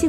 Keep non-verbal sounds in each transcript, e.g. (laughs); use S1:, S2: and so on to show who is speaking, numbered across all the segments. S1: 屁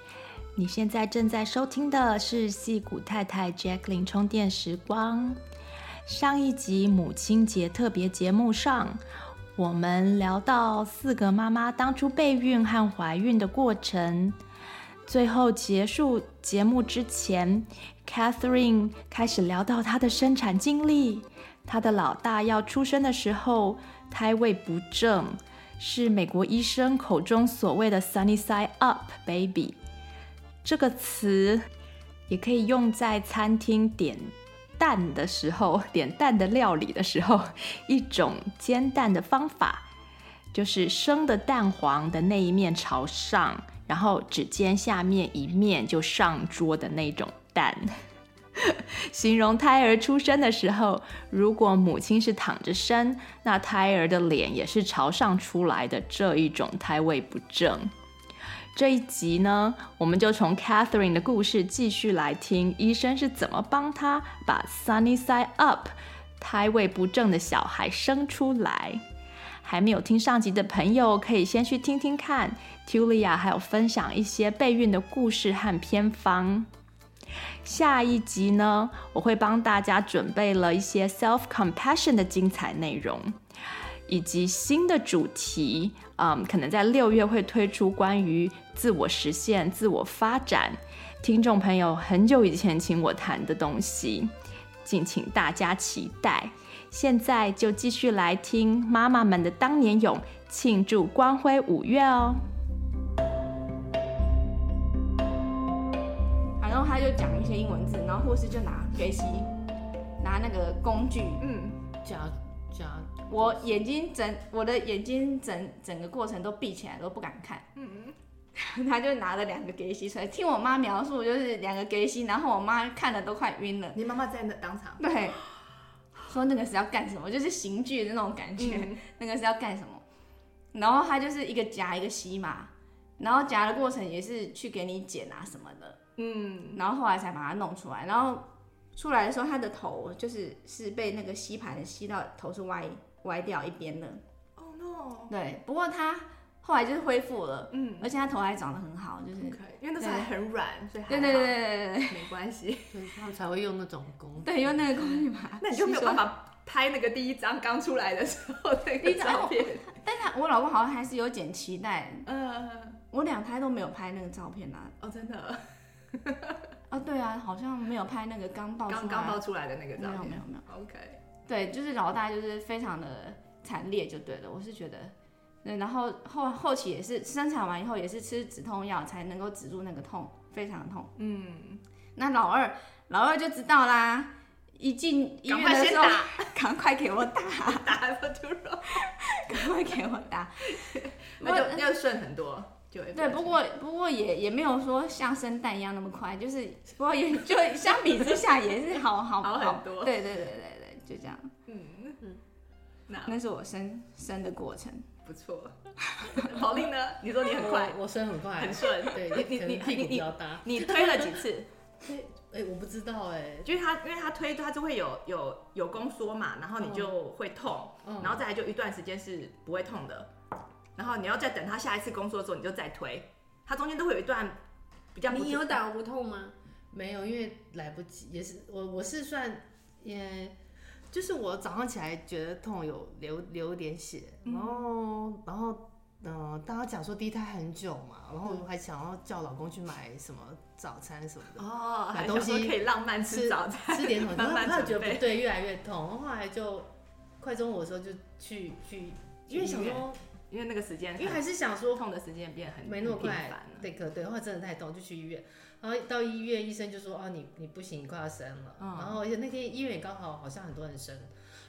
S1: 你现在正在收听的是戏骨太太 Jacqueline 充电时光。上一集母亲节特别节目上，我们聊到四个妈妈当初备孕和怀孕的过程。最后结束节目之前，Catherine 开始聊到她的生产经历。她的老大要出生的时候，胎位不正，是美国医生口中所谓的 “sunny side up baby”。这个词也可以用在餐厅点蛋的时候，点蛋的料理的时候，一种煎蛋的方法，就是生的蛋黄的那一面朝上，然后只煎下面一面就上桌的那种蛋。 (laughs) 形容胎儿出生的时候，如果母亲是躺着生，那胎儿的脸也是朝上出来的这一种胎位不正。这一集呢，我们就从 Catherine 的故事继续来听医生是怎么帮她把 Sunny Side Up 胎位不正的小孩生出来。还没有听上集的朋友，可以先去听听看。Tulia 还有分享一些备孕的故事和偏方。下一集呢，我会帮大家准备了一些 self compassion 的精彩内容。以及新的主题，嗯，可能在六月会推出关于自我实现、自我发展，听众朋友很久以前请我谈的东西，敬请大家期待。现在就继续来听妈妈们的当年勇，庆祝光辉五月哦。
S2: 啊然后他就讲一些英文字，然后或是就拿学习拿那个工具，
S1: 嗯，
S3: 假假
S2: 我眼睛整我的眼睛整整个过程都闭起来，都不敢看。嗯， (laughs) 他就拿了两个给息出来，听我妈描述就是两个给息，然后我妈看了都快晕了。
S3: 你妈妈在那当场，
S2: 对，说那个是要干什么，就是刑具的那种感觉，
S3: 嗯
S2: (laughs) 那个是要干什么。然后他就是一个夹一个吸嘛，然后夹的过程也是去给你剪啊什么的。
S1: 嗯，
S2: 然后后来才把它弄出来。然后出来的时候，他的头就是是被那个吸盘吸到，头是歪歪掉一边的。
S3: ，Oh
S1: 哦
S3: no，
S2: 对，不过他后来就是恢复了，
S1: 嗯
S2: 而且他头还长得很好，就是
S1: 可以，因为那
S2: 时候还
S1: 很软，所以
S2: 对对对对对
S1: 没关
S2: (laughs)
S1: 系。
S3: 所以他们才会用那种功。
S2: 对，用那个工具嘛。法。
S1: 法拍那个第一张刚出来的时候那
S2: 第一张哦
S1: 片。
S2: 但他我老公好像还是有剪脐带，
S1: 呃，
S2: 我两胎都没有拍那个照片啊。
S1: 哦，真的，
S2: 啊，对啊，好像没有拍那个刚哦爆出来，
S1: 刚刚爆出来的那个
S2: 没
S1: 照
S2: 有没
S1: 片。
S2: 有没有。
S1: OK，
S2: 对，就是老大就是非常的惨烈就对了，我是觉得。对，然后后后期也是生产完以后也是吃止痛药才能够止住那个痛，非常痛。
S1: 嗯，
S2: 那老二，老二就知道啦。一进医
S1: 赶
S2: 院
S1: 快
S2: 的
S1: 先
S2: 时候，
S1: 打，
S2: 赶快给我打， (laughs)
S1: 打了就弱，
S2: 赶快给我打。
S1: 那就要顺很多，就会
S2: 对，不过不过也也没有说像生蛋一样那么快，就是不过也就相比之下也是好好
S1: 好很多
S2: 对对对对对，就这样。
S1: 嗯嗯
S3: 嗯，
S1: 那
S2: 那是我生生的过程。
S1: 不错。 (laughs) 毛令呢？你说你很快，
S3: 我生很快
S1: 很，顺，
S3: 对，
S1: 你
S3: 可
S1: 你
S3: 能
S1: 你
S3: 屁股
S1: 你
S3: 比较大。
S1: 你推了几次？
S3: 对，哎，我不知道哎，
S1: 就是他，因为他推他就会有有有宫缩嘛，然后你就会痛，
S3: 嗯
S1: 然后再来就一段时间是不会痛的，然后你要再等他下一次宫缩的时候你就再推，它中间都会有一段比较不
S4: 你有打无痛吗？
S3: 没有，因为来不及，也是我我是算也。
S1: 嗯
S3: 就是我早上起来觉得痛有流流点血，然后然后嗯、大家讲说第一胎很久嘛，
S1: 嗯
S3: 然后我还想要叫老公去买什么早餐什么的，
S1: 哦，
S3: 买
S1: 还
S3: 东西
S1: 想说可以浪漫吃早 (laughs) 餐，
S3: 吃点什么，然
S1: 慢
S3: 后
S1: 慢
S3: 后来觉
S1: 准
S3: 得
S1: 备
S3: 不。对，越来越痛，后来就快中午的时候就去去，因为想
S1: 医院
S3: 说，
S1: 因为那个时间很，
S3: 因为还是想说
S1: 痛的时间变很
S3: 没那么
S1: 很频
S3: 快
S1: 繁啊了。
S3: 对，可对，后来真的太痛，就去医院。然后到医院，医生就说：“哦，你你不行，你快要生了。
S1: 嗯
S3: 然后而且那天医院也刚好好像很多人生，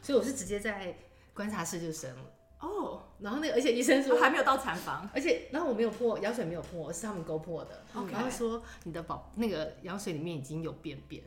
S3: 所以我是直接在观察室就生了。
S1: 哦，
S3: 然后那个而且医生说
S1: 我还没有到产房，
S3: 而且，然后我没有破羊水，没有破，是他们勾破的。
S1: OK
S3: 然后说你的宝那个羊水里面已经有便便，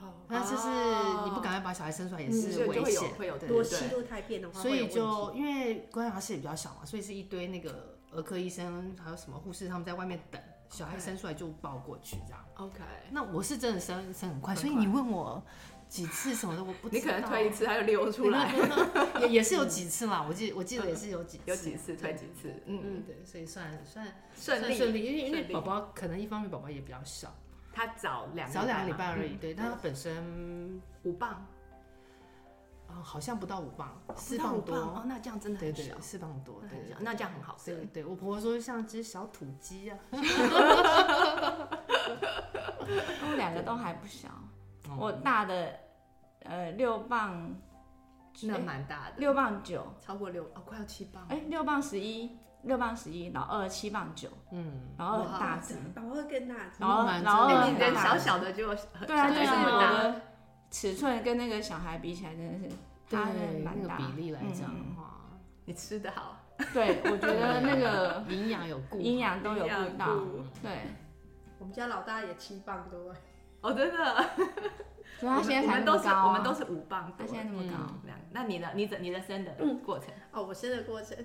S1: 哦嗯
S3: 那就是你不赶快把小孩生出来也是
S1: 就
S3: 危
S1: 会有
S3: 险。
S1: 会有
S3: 多
S1: 多
S3: 对
S1: 对
S3: 吃
S1: 对
S3: 对
S1: 对
S3: 多
S1: 对
S3: 对
S1: 太变的
S3: 所以就因为观察室也比较小嘛，所以是一堆那个儿科医生还有什么护士他们在外面等小孩
S1: OK
S3: 生出来就抱过去这样。
S1: OK，
S3: 那我是真的生生很快，
S1: 很
S3: 所以
S1: 快
S3: 你问我几次什么的，我不知
S1: 你
S3: 道
S1: 可能推一次它就流出
S3: (laughs)
S1: 来，嗯
S3: 也也是有几次嘛，我记我记得也是有几次
S1: 有几次推几次，嗯，
S3: 嗯对，所以算算
S1: 顺
S3: 算顺
S1: 利，
S3: 利，因为因为
S1: 顺利
S3: 宝宝可能一方面宝宝也比较小。
S1: 它早两
S3: 少两个礼拜而已，
S1: 嗯
S3: 对，但它本身
S1: 五磅，
S3: 啊好像不到五磅，四
S1: 不到五
S3: 磅
S1: 磅哦
S3: 多，，
S1: 那这样真的
S3: 对
S1: 很
S3: 对
S1: 小，，
S3: 四磅多，
S1: 那
S3: 对
S1: 很
S3: 对
S1: 小，那这样很好
S3: 对对
S1: 生。
S3: 对，我婆婆说像只小土鸡啊，
S2: 我们两个都还不小，我大的呃六磅，
S1: 那蛮大的，
S2: 六磅九，
S1: 超过六哦，快要七磅
S2: 哎，六磅十一，六磅十一，老二七磅九，
S3: 嗯，
S2: 老二很大只，哦
S1: 宝宝更大
S2: 老二
S3: 蛮
S2: 老
S3: 真
S2: 二
S3: 的
S1: 哎
S2: 很
S1: 你
S3: 蛮
S1: 人
S2: 大
S1: 小
S2: 只
S1: 小的就很
S2: 对啊，
S1: 小
S2: 就
S1: 孩
S2: 是
S1: 这么
S2: 我
S1: 大，
S2: 的尺寸跟那个小孩比起来，真的是
S3: 对
S2: 差的，
S3: 那
S2: 蛮
S3: 个
S2: 大。
S3: 比例来讲
S2: 嗯
S3: 的话，啊
S1: 你吃的好，
S2: 对，我觉得那个
S3: (laughs) 营养有顾好，
S2: 营养都有
S1: 营养
S2: 顾到
S1: 顾，
S2: 对，
S4: 我们家老大也七磅多，
S1: 哦，真的，
S2: 所以他现
S1: 我
S2: 在才
S1: 们
S2: 那
S1: 都
S2: 么
S1: 是
S2: 高啊，
S1: 我们都是五磅多，
S2: 他现在那么高，
S3: 嗯
S1: 两，那你呢？你怎你的生的过程？
S4: 哦，我生的过程，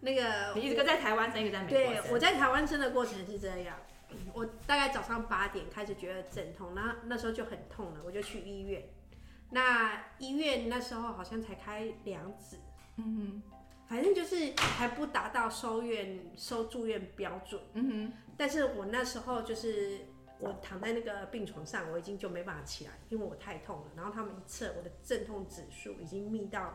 S4: 那个
S1: 你一个在台湾生，一个在美国
S4: 对
S1: 生。
S4: 我在台湾生的过程是这样，我大概早上八点开始觉得阵痛，然后那时候就很痛了，我就去医院。那医院那时候好像才开两指，
S1: 嗯
S4: 反正就是还不达到收院收住院标准。
S1: 哼嗯
S4: 但是我那时候就是我躺在那个病床上，我已经就没办法起来，因为我太痛了。然后他们一测我的阵痛指数已经密到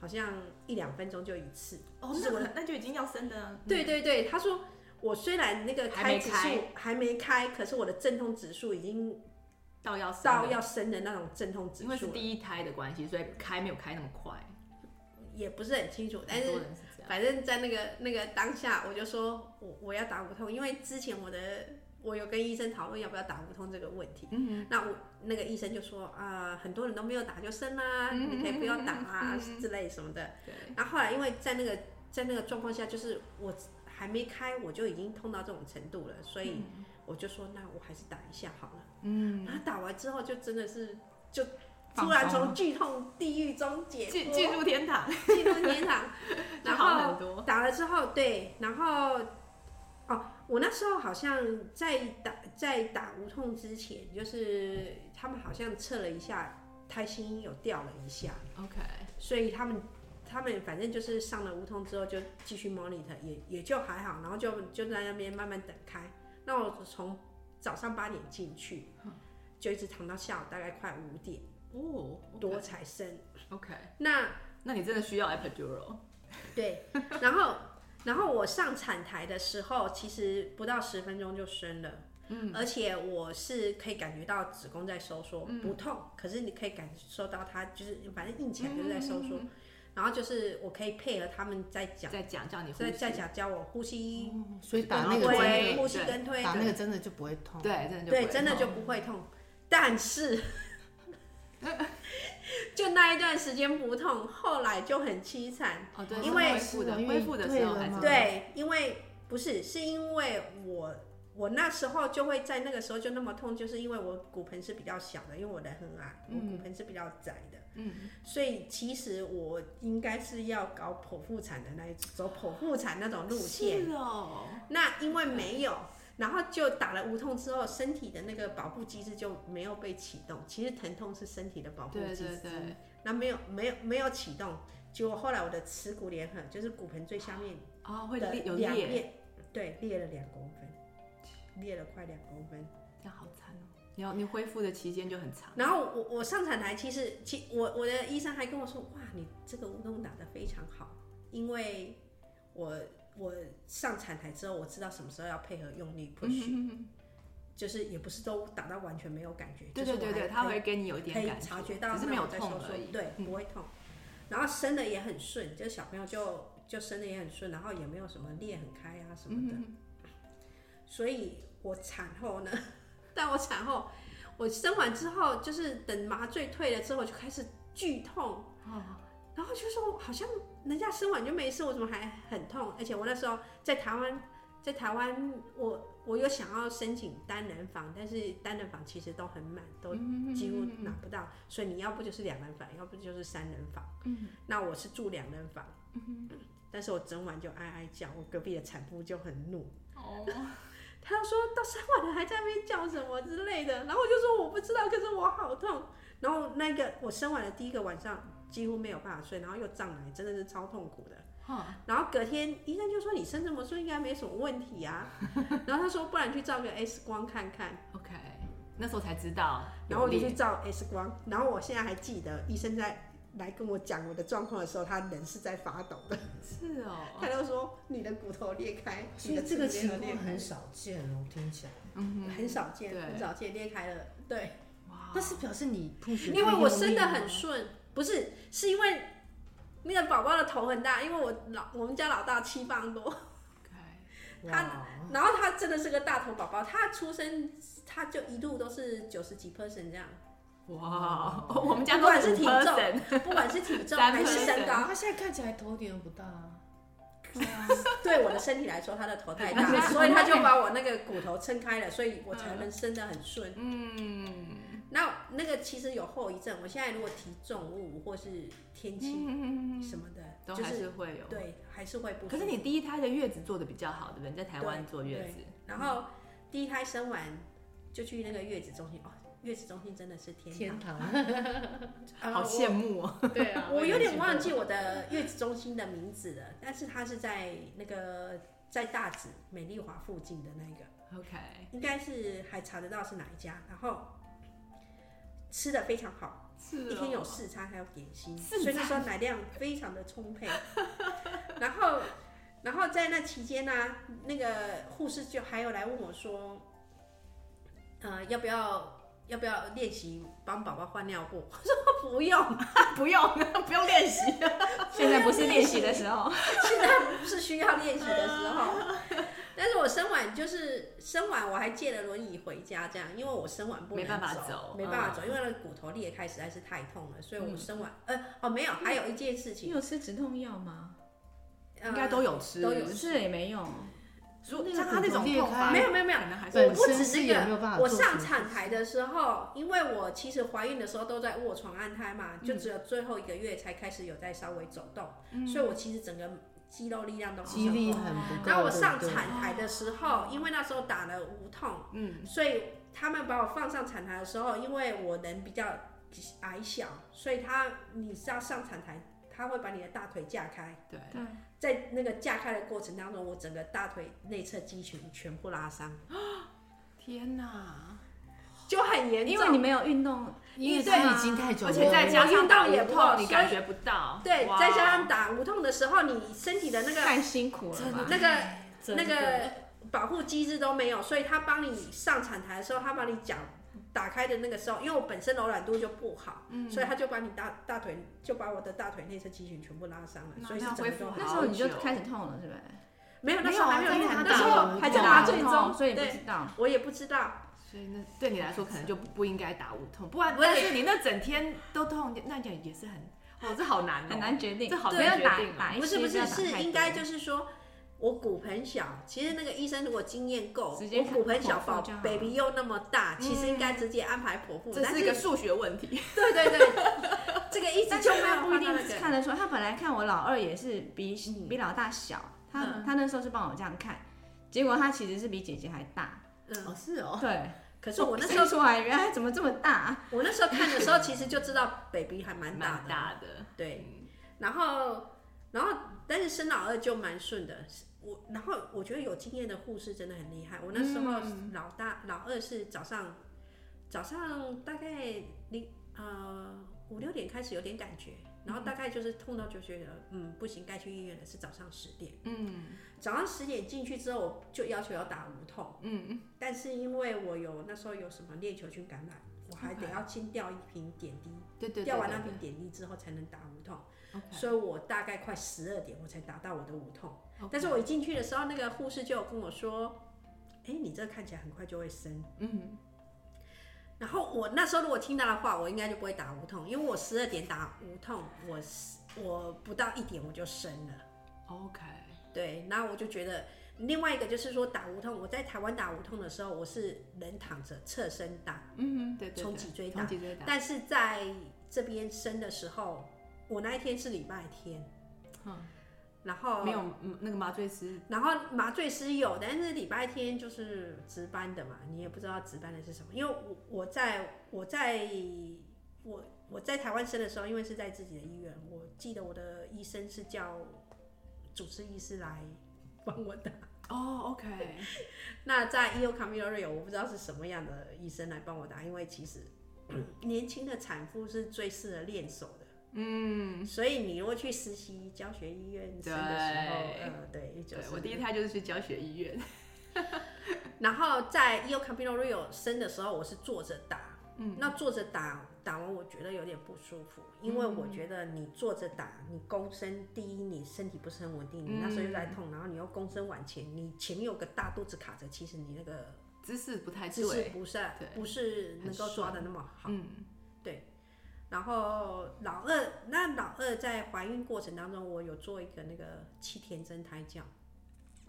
S4: 好像一两分钟就一次。
S1: 哼，哦，
S4: 就是
S1: 那
S4: 我
S1: 可那就已经要生的啊，
S4: 对对对，他说我虽然那个
S1: 还没
S4: 开指
S1: 开
S4: 数还没开，可是我的阵痛指数已经
S1: 到要生的
S4: 到要升的那种阵痛指
S1: 因为是
S4: 数了，
S1: 第一胎的关系，所以开没有开那么快，
S4: 也不是很清楚，但
S1: 很多
S4: 是。
S1: 人是这样。
S4: 反正在那个那个当下，我就说我我要打无痛，因为之前我的我有跟医生讨论要不要打无痛这个问题。嗯，那我那个医生就说啊、很多人都没有打就生啦、
S1: 嗯
S4: 你可以不要打啊、之类什么的。
S1: 对，
S4: 然后后来因为在那个在那个状况下，就是我还没开我就已经痛到这种程度了，所以
S1: 嗯
S4: 我就说那我还是打一下好了。嗯，然后打完之后就真的是就突然
S2: 放松
S4: 从剧痛地狱中解
S1: 进
S4: 脱，
S1: 进入天堂，
S4: 进入天堂，
S1: (laughs) 就
S4: 然
S1: 好
S4: 后
S1: 很多。
S4: 打了之后，对，然后哦，我那时候好像在打在打无痛之前，就是他们好像测了一下胎心有掉了一下，
S1: OK，
S4: 所以他们他们反正就是上了无痛之后就继续 monitor，也也就还好，然后就就在那边慢慢等开。那我从早上八点进去，就一直躺到下午大概快五点
S1: 哦，
S4: 多才生。
S1: OK，
S4: 那
S1: 那你真的需要 epidural，
S4: 对，然后然后我上产台的时候，其实不到十分钟就生了。嗯，而且我是可以感觉到子宫在收缩，
S1: 嗯
S4: 不痛，可是你可以感受到它就是反正硬起来就是在收
S1: 嗯
S4: 缩，然后就是我可以配合他们在讲，
S1: 再讲叫你呼
S4: 在在
S1: 吸，
S4: 讲教我呼吸
S3: 所以打那
S4: 跟
S3: 个
S1: 不会
S4: 推，
S3: 针
S1: 对
S4: 呼吸跟推
S3: 的，打那个针的就不会痛，
S1: 对，真的就
S4: 啊对，
S1: 不会
S4: 真的
S1: 痛
S4: 就不会痛。但
S1: (laughs)
S4: 是，就那一段时间不痛，后来就很凄惨，
S1: 哦，对，
S4: 因为
S1: 恢复的
S3: 是因为
S1: 恢复的时候
S3: 对了
S1: 还是
S3: 嘛
S4: 对，因为不是，是因为我我那时候就会在那个时候就那么痛，就是因为我骨盆是比较小的，因为我的很矮，我
S1: 嗯
S4: 骨盆是比较窄的，嗯，所以其实我应该是要搞剖腹产的那一种，走剖腹产那种路线。
S1: 是哦，
S4: 那因为没有，然后就打了无痛之后，身体的那个保护机制就没有被启动。其实疼痛是身体的保护
S1: 对
S4: 机制
S1: 对对，
S4: 那没有没有没有启动，结果后来我的耻骨联合就是骨盆最下面。
S1: 哦，会
S4: 的
S1: 裂有
S4: 两
S1: 裂，
S4: 面，对，裂了两公分，裂了快两公分。
S1: 这样好惨哦。你要你恢复的期间就很长，
S4: 然后我我上产台，其实其我我的医生还跟我说，哇，你这个无痛打得非常好，因为我我上产台之后，我知道什么时候要配合用力 push，、就是也不是都打到完全没有感觉，
S1: 对对对
S4: 就是我
S1: 对，
S4: 还
S1: 它
S4: 可以
S1: 会给你有一
S4: 可
S1: 点
S4: 以
S1: 感
S4: 察
S1: 觉，
S4: 觉到
S1: 只是
S4: 那
S1: 没有
S4: 我在
S1: 痛
S4: 收缩
S1: 而已。嗯
S4: 对，不会痛。然后生的也很顺，就是小朋友就就生的也很顺，然后也没有什么裂很开啊什
S1: 嗯
S4: 么的。所以我产后
S1: (laughs)
S4: 呢，但我产后，我生完之后就是等麻醉退了之后就开始剧痛，
S1: 哦
S4: 然后就说好像人家生完就没事，我怎么还很痛？而且我那时候在台湾，在台湾我我有想要申请单人房，但是单人房其实都很满，都几乎拿不到，所以你要不就是两人房，要不就是三人房。嗯，那我是住两人房，但是我整晚就哀哀叫，我隔壁的产妇就很怒。
S1: 哦，
S4: 他说到生完了还在那边叫什么之类的，然后我就说我不知道，可是我好痛。然后那个我生完的第一个晚上几乎没有办法睡，然后又胀奶，真的是超痛苦的。然后隔天医生就说你生这么顺应该没什么问题啊， (laughs) 然后他说不然去照个 X 光看看，
S1: OK，那时候才知道有裂，
S4: 然后我就去照 X 光，然后我现在还记得医生在来跟我讲我的状况的时候，他人是在发抖的，
S1: 是哦，
S4: 他就说你的骨头裂开，
S3: 所以
S4: 你的
S3: 这个
S4: 侧面有
S3: 情
S4: 裂
S3: 况
S4: 开
S3: 很少见哦，听起来。
S4: 很少见，
S1: 对
S4: 很少见裂开了，对。
S1: 哇，
S3: 但是表示你 push
S4: 因为我
S3: 太用
S4: 生
S3: 力
S4: 的
S3: 了
S4: 很顺，不是，是因为那个宝宝的头很大，因为我老我们家老大七磅多，
S1: OK，
S4: 他
S3: 哇
S4: (laughs) 然后他真的是个大头宝宝，他出生他就一路都是九十几 percent 这样，嗯
S1: 哇，我们家
S4: 不
S1: 都
S4: 管是
S1: 五
S4: 体重
S1: person
S4: 不管是体重
S1: 三
S4: 还是身
S1: percent
S4: 高，
S3: 他现在看起来头有点不大啊，
S4: 对我的身体来说他的头太
S1: 那
S4: 大，
S1: 是
S4: 所以他就把我那个骨头撑开了，所以我才能生的很顺。
S1: 嗯，
S4: 那那个其实有后遗症，我现在如果提重物或是天
S1: 嗯
S4: 气什么的，
S1: 都
S4: 就
S1: 还
S4: 是
S1: 是会有。
S4: 对还是会不舒服。
S1: 可是你第一胎的月子做的比较好，对不对？你在台湾
S4: 对
S1: 坐月子，
S4: 然后第一胎生完就去那个月子中心，哦，月子中心真的是天
S3: 天
S4: 堂，
S3: 堂。
S4: 啊
S1: 好羡。慕哦。
S3: 对啊
S4: 我我有点忘记我的月子中心的名字了，但是它是在那个在大直美丽华附近的那个， (laughs)
S1: OK，
S4: 应该是还查得到是哪一家。然后吃的非常好，
S1: 是
S4: 一天有
S1: 哦，
S4: 四餐还有点心，
S1: 四餐
S4: 所以那时候奶量非常的充沛。 (laughs) 然后，然后在那期间呢、那个护士就还有来问我说，呃，要不要要不要练习帮宝宝换尿布？ (laughs) 我说不用，
S1: 不用不用练习，
S2: 现在不是练习的时候，
S4: 现在不是需要练习的时
S3: (laughs)
S4: 候。但是我生完就是生完，我还借了轮椅回家，这样，因为我生完不能
S1: 没办法
S4: 走
S1: 走，
S4: 没办法
S3: 嗯
S4: 走，因为那个骨头裂开实在是太痛了，所以我生完，呃，哦，没有，还有一件事
S3: 嗯
S4: 情，
S2: 有吃止痛药吗？
S4: 呃
S1: 应该都有吃，
S4: 都有
S2: 吃了也没用，
S1: 如果
S3: 那个
S1: 像他那
S3: 骨头
S1: 种
S3: 裂
S1: 痛法，
S3: 开
S4: 没有没有没有
S1: 可，能还是
S3: 本
S4: 我
S3: 身
S4: 只
S3: 是
S4: 是一
S3: 有没
S4: 个
S3: 有办法
S4: 我
S3: 做
S4: 上
S3: 手
S4: 产
S3: 术
S4: 台的时候，因为我其实怀孕的时候都在卧床安胎嘛，
S3: 嗯
S4: 就只有最后一个月才开始有在稍微走动，所以我其实整个肌肉力量都
S3: 肌力
S4: 很
S3: 很不够。
S4: 然后我上
S3: 对不对
S4: 产台的时候，因为那时候打了无痛，
S1: 嗯，
S4: 所以他们把我放上产台的时候，因为我人比较矮小，所以他你是要上产台，他会把你的大腿架开。
S1: 对，
S4: 在那个架开的过程当中，我整个大腿内侧肌群全部拉伤，
S1: 天哪，
S4: 就很严重。
S2: 因为你没有运动，
S3: 因为他已经太久
S1: 而
S3: 没有
S1: 且再加上
S4: 到也
S1: 无
S4: 痛
S1: 痛，你
S4: 所以
S1: 感觉不到，
S4: 对，
S1: 哇
S4: 再加上打无痛的时候，你身体的那个
S2: 太辛苦了吧？
S4: 那个那个保护机制都没有，所以他帮你上产台的时候，他把你脚打开的那个时候，因为我本身柔软度就不好，所以他就把你大大腿就把我的大腿内侧肌群全部拉伤了，
S1: 那
S4: 所以是
S1: 那
S4: 整个
S1: 恢复
S4: 都
S1: 好
S2: 那时候你就开始痛了，是不是？
S4: 没有，那
S3: 没
S4: 时候
S3: 有
S4: 还
S3: 啊
S4: 没有
S3: 在
S4: 运
S3: 那
S4: 动，
S3: 很
S4: 那时
S3: 大的
S4: 候
S3: 无
S4: 还在
S3: 痛
S4: 麻
S3: 啊
S4: 醉中，
S2: 所以不
S4: 对
S2: 知道。
S4: 我也不知道。
S1: 所以那对你来说可能就不不应该打无痛，不然但是你那整天都痛，那点也是很，哦，这好难、哦，
S2: 很难决定，
S1: 这好
S2: 不要
S1: 难决
S2: 打
S1: 定哦
S2: 打一
S4: 不是不
S2: 些
S4: 是，
S2: 要打太
S4: 是
S2: 多
S4: 应该就是说，我骨盆小，其实那个医生如果经验够，
S2: 直接
S4: 我骨盆小
S2: 剖腹
S4: 宝
S2: 就好
S4: baby 又那么大，其实应该直接安排剖腹。
S1: 这
S4: 但
S1: 是一
S3: (laughs)
S1: 个数学问题。
S4: 对对对，这个一直
S2: 但
S4: 就是没有
S2: 他不一
S4: 放到
S2: 定
S4: 那个。
S2: 看得出来，他本来看我老二也是比比老大小，他
S4: 嗯
S2: 他那时候是帮我这样看，结果他其实是比姐姐还大，
S4: 嗯，
S1: 是哦，
S2: 对，
S4: 可是我那时
S2: 生
S4: 候
S2: 出来原来怎么这么大，
S4: 我那时候看的时候，其实就知道 baby 还蛮大
S1: 蛮
S4: 的。
S1: 大的，
S4: 对，
S1: 嗯
S4: 然后然后但是生老二就蛮顺的。我然后我觉得有经验的护士真的很厉害。我那时候
S1: 嗯
S4: 老大、老二是早上早上大概零呃五六点开始有点感觉，然后大概就是痛到就觉得嗯不行，该去医院了。是早上十点，
S1: 嗯
S4: 早上十点进去之后，我就要求要打无痛，
S1: 嗯
S4: 但是因为我有那时候有什么链球菌感染，我还得要先吊一瓶点滴，
S1: 对对对，
S4: 吊完
S1: 对
S4: 那瓶点滴之后才能打无痛，
S1: 对 OK
S4: 所以我大概快十二点我才打到我的无痛。但是我一进去的时候，那个护士就有跟我说：“哎、你这看起来很快就会生。”
S1: 嗯，
S4: 然后我那时候如果听到的话，我应该就不会打无痛，因为我十二点打无痛，我十我不到一点我就生了。
S1: OK，
S4: 对，然后我就觉得另外一个就是说打无痛，我在台湾打无痛的时候，我是人躺着侧身打，
S1: 嗯对对，对
S4: 从脊椎打
S1: 从脊椎打，
S4: 但是在这边生的时候，我那一天是礼拜天，
S1: 嗯
S4: 然
S3: 哦
S4: 后
S1: 没有嗯那个麻醉师
S4: 然后麻醉师有，但是礼拜天就是值班的嘛，你也不知道值班的是什么。因为我我在我在我我在台湾生的时候，因为是在自己的医院，我记得我的医生是叫主治医师来帮我打。
S1: 哦 OK，
S4: 那在 E O c o m i l a r i o 我不知道是什么样的医生来帮我打，因
S1: (clears throat)
S4: 为其实年轻的产妇是最适合练手的。
S1: 嗯，
S4: 所以你如果去实习教学医院生的时候，
S1: 对
S4: 呃，对，就
S1: 对
S4: 是
S1: 我第一胎就是去教学医院， (laughs)
S4: 然后在 e o c a m p i n o Rio 生的时候，我是坐着打，嗯，那坐着打打完，我觉得有点不舒服，因为
S1: 嗯
S4: 我觉得你坐着打，你弓身，第一你身体不是很稳定，你那时候又
S1: 嗯
S4: 在痛，然后你又弓身往前，你前面有个大肚子卡着，其实你那个
S1: 姿势不太
S4: 姿势
S1: 对，
S4: 不是
S1: 对
S4: 不是能够
S1: 很
S4: 抓
S1: 顺
S4: 的那么好，
S1: 嗯
S4: 然后老二，那老二在怀孕过程当中，我有做一个那个七天真胎教，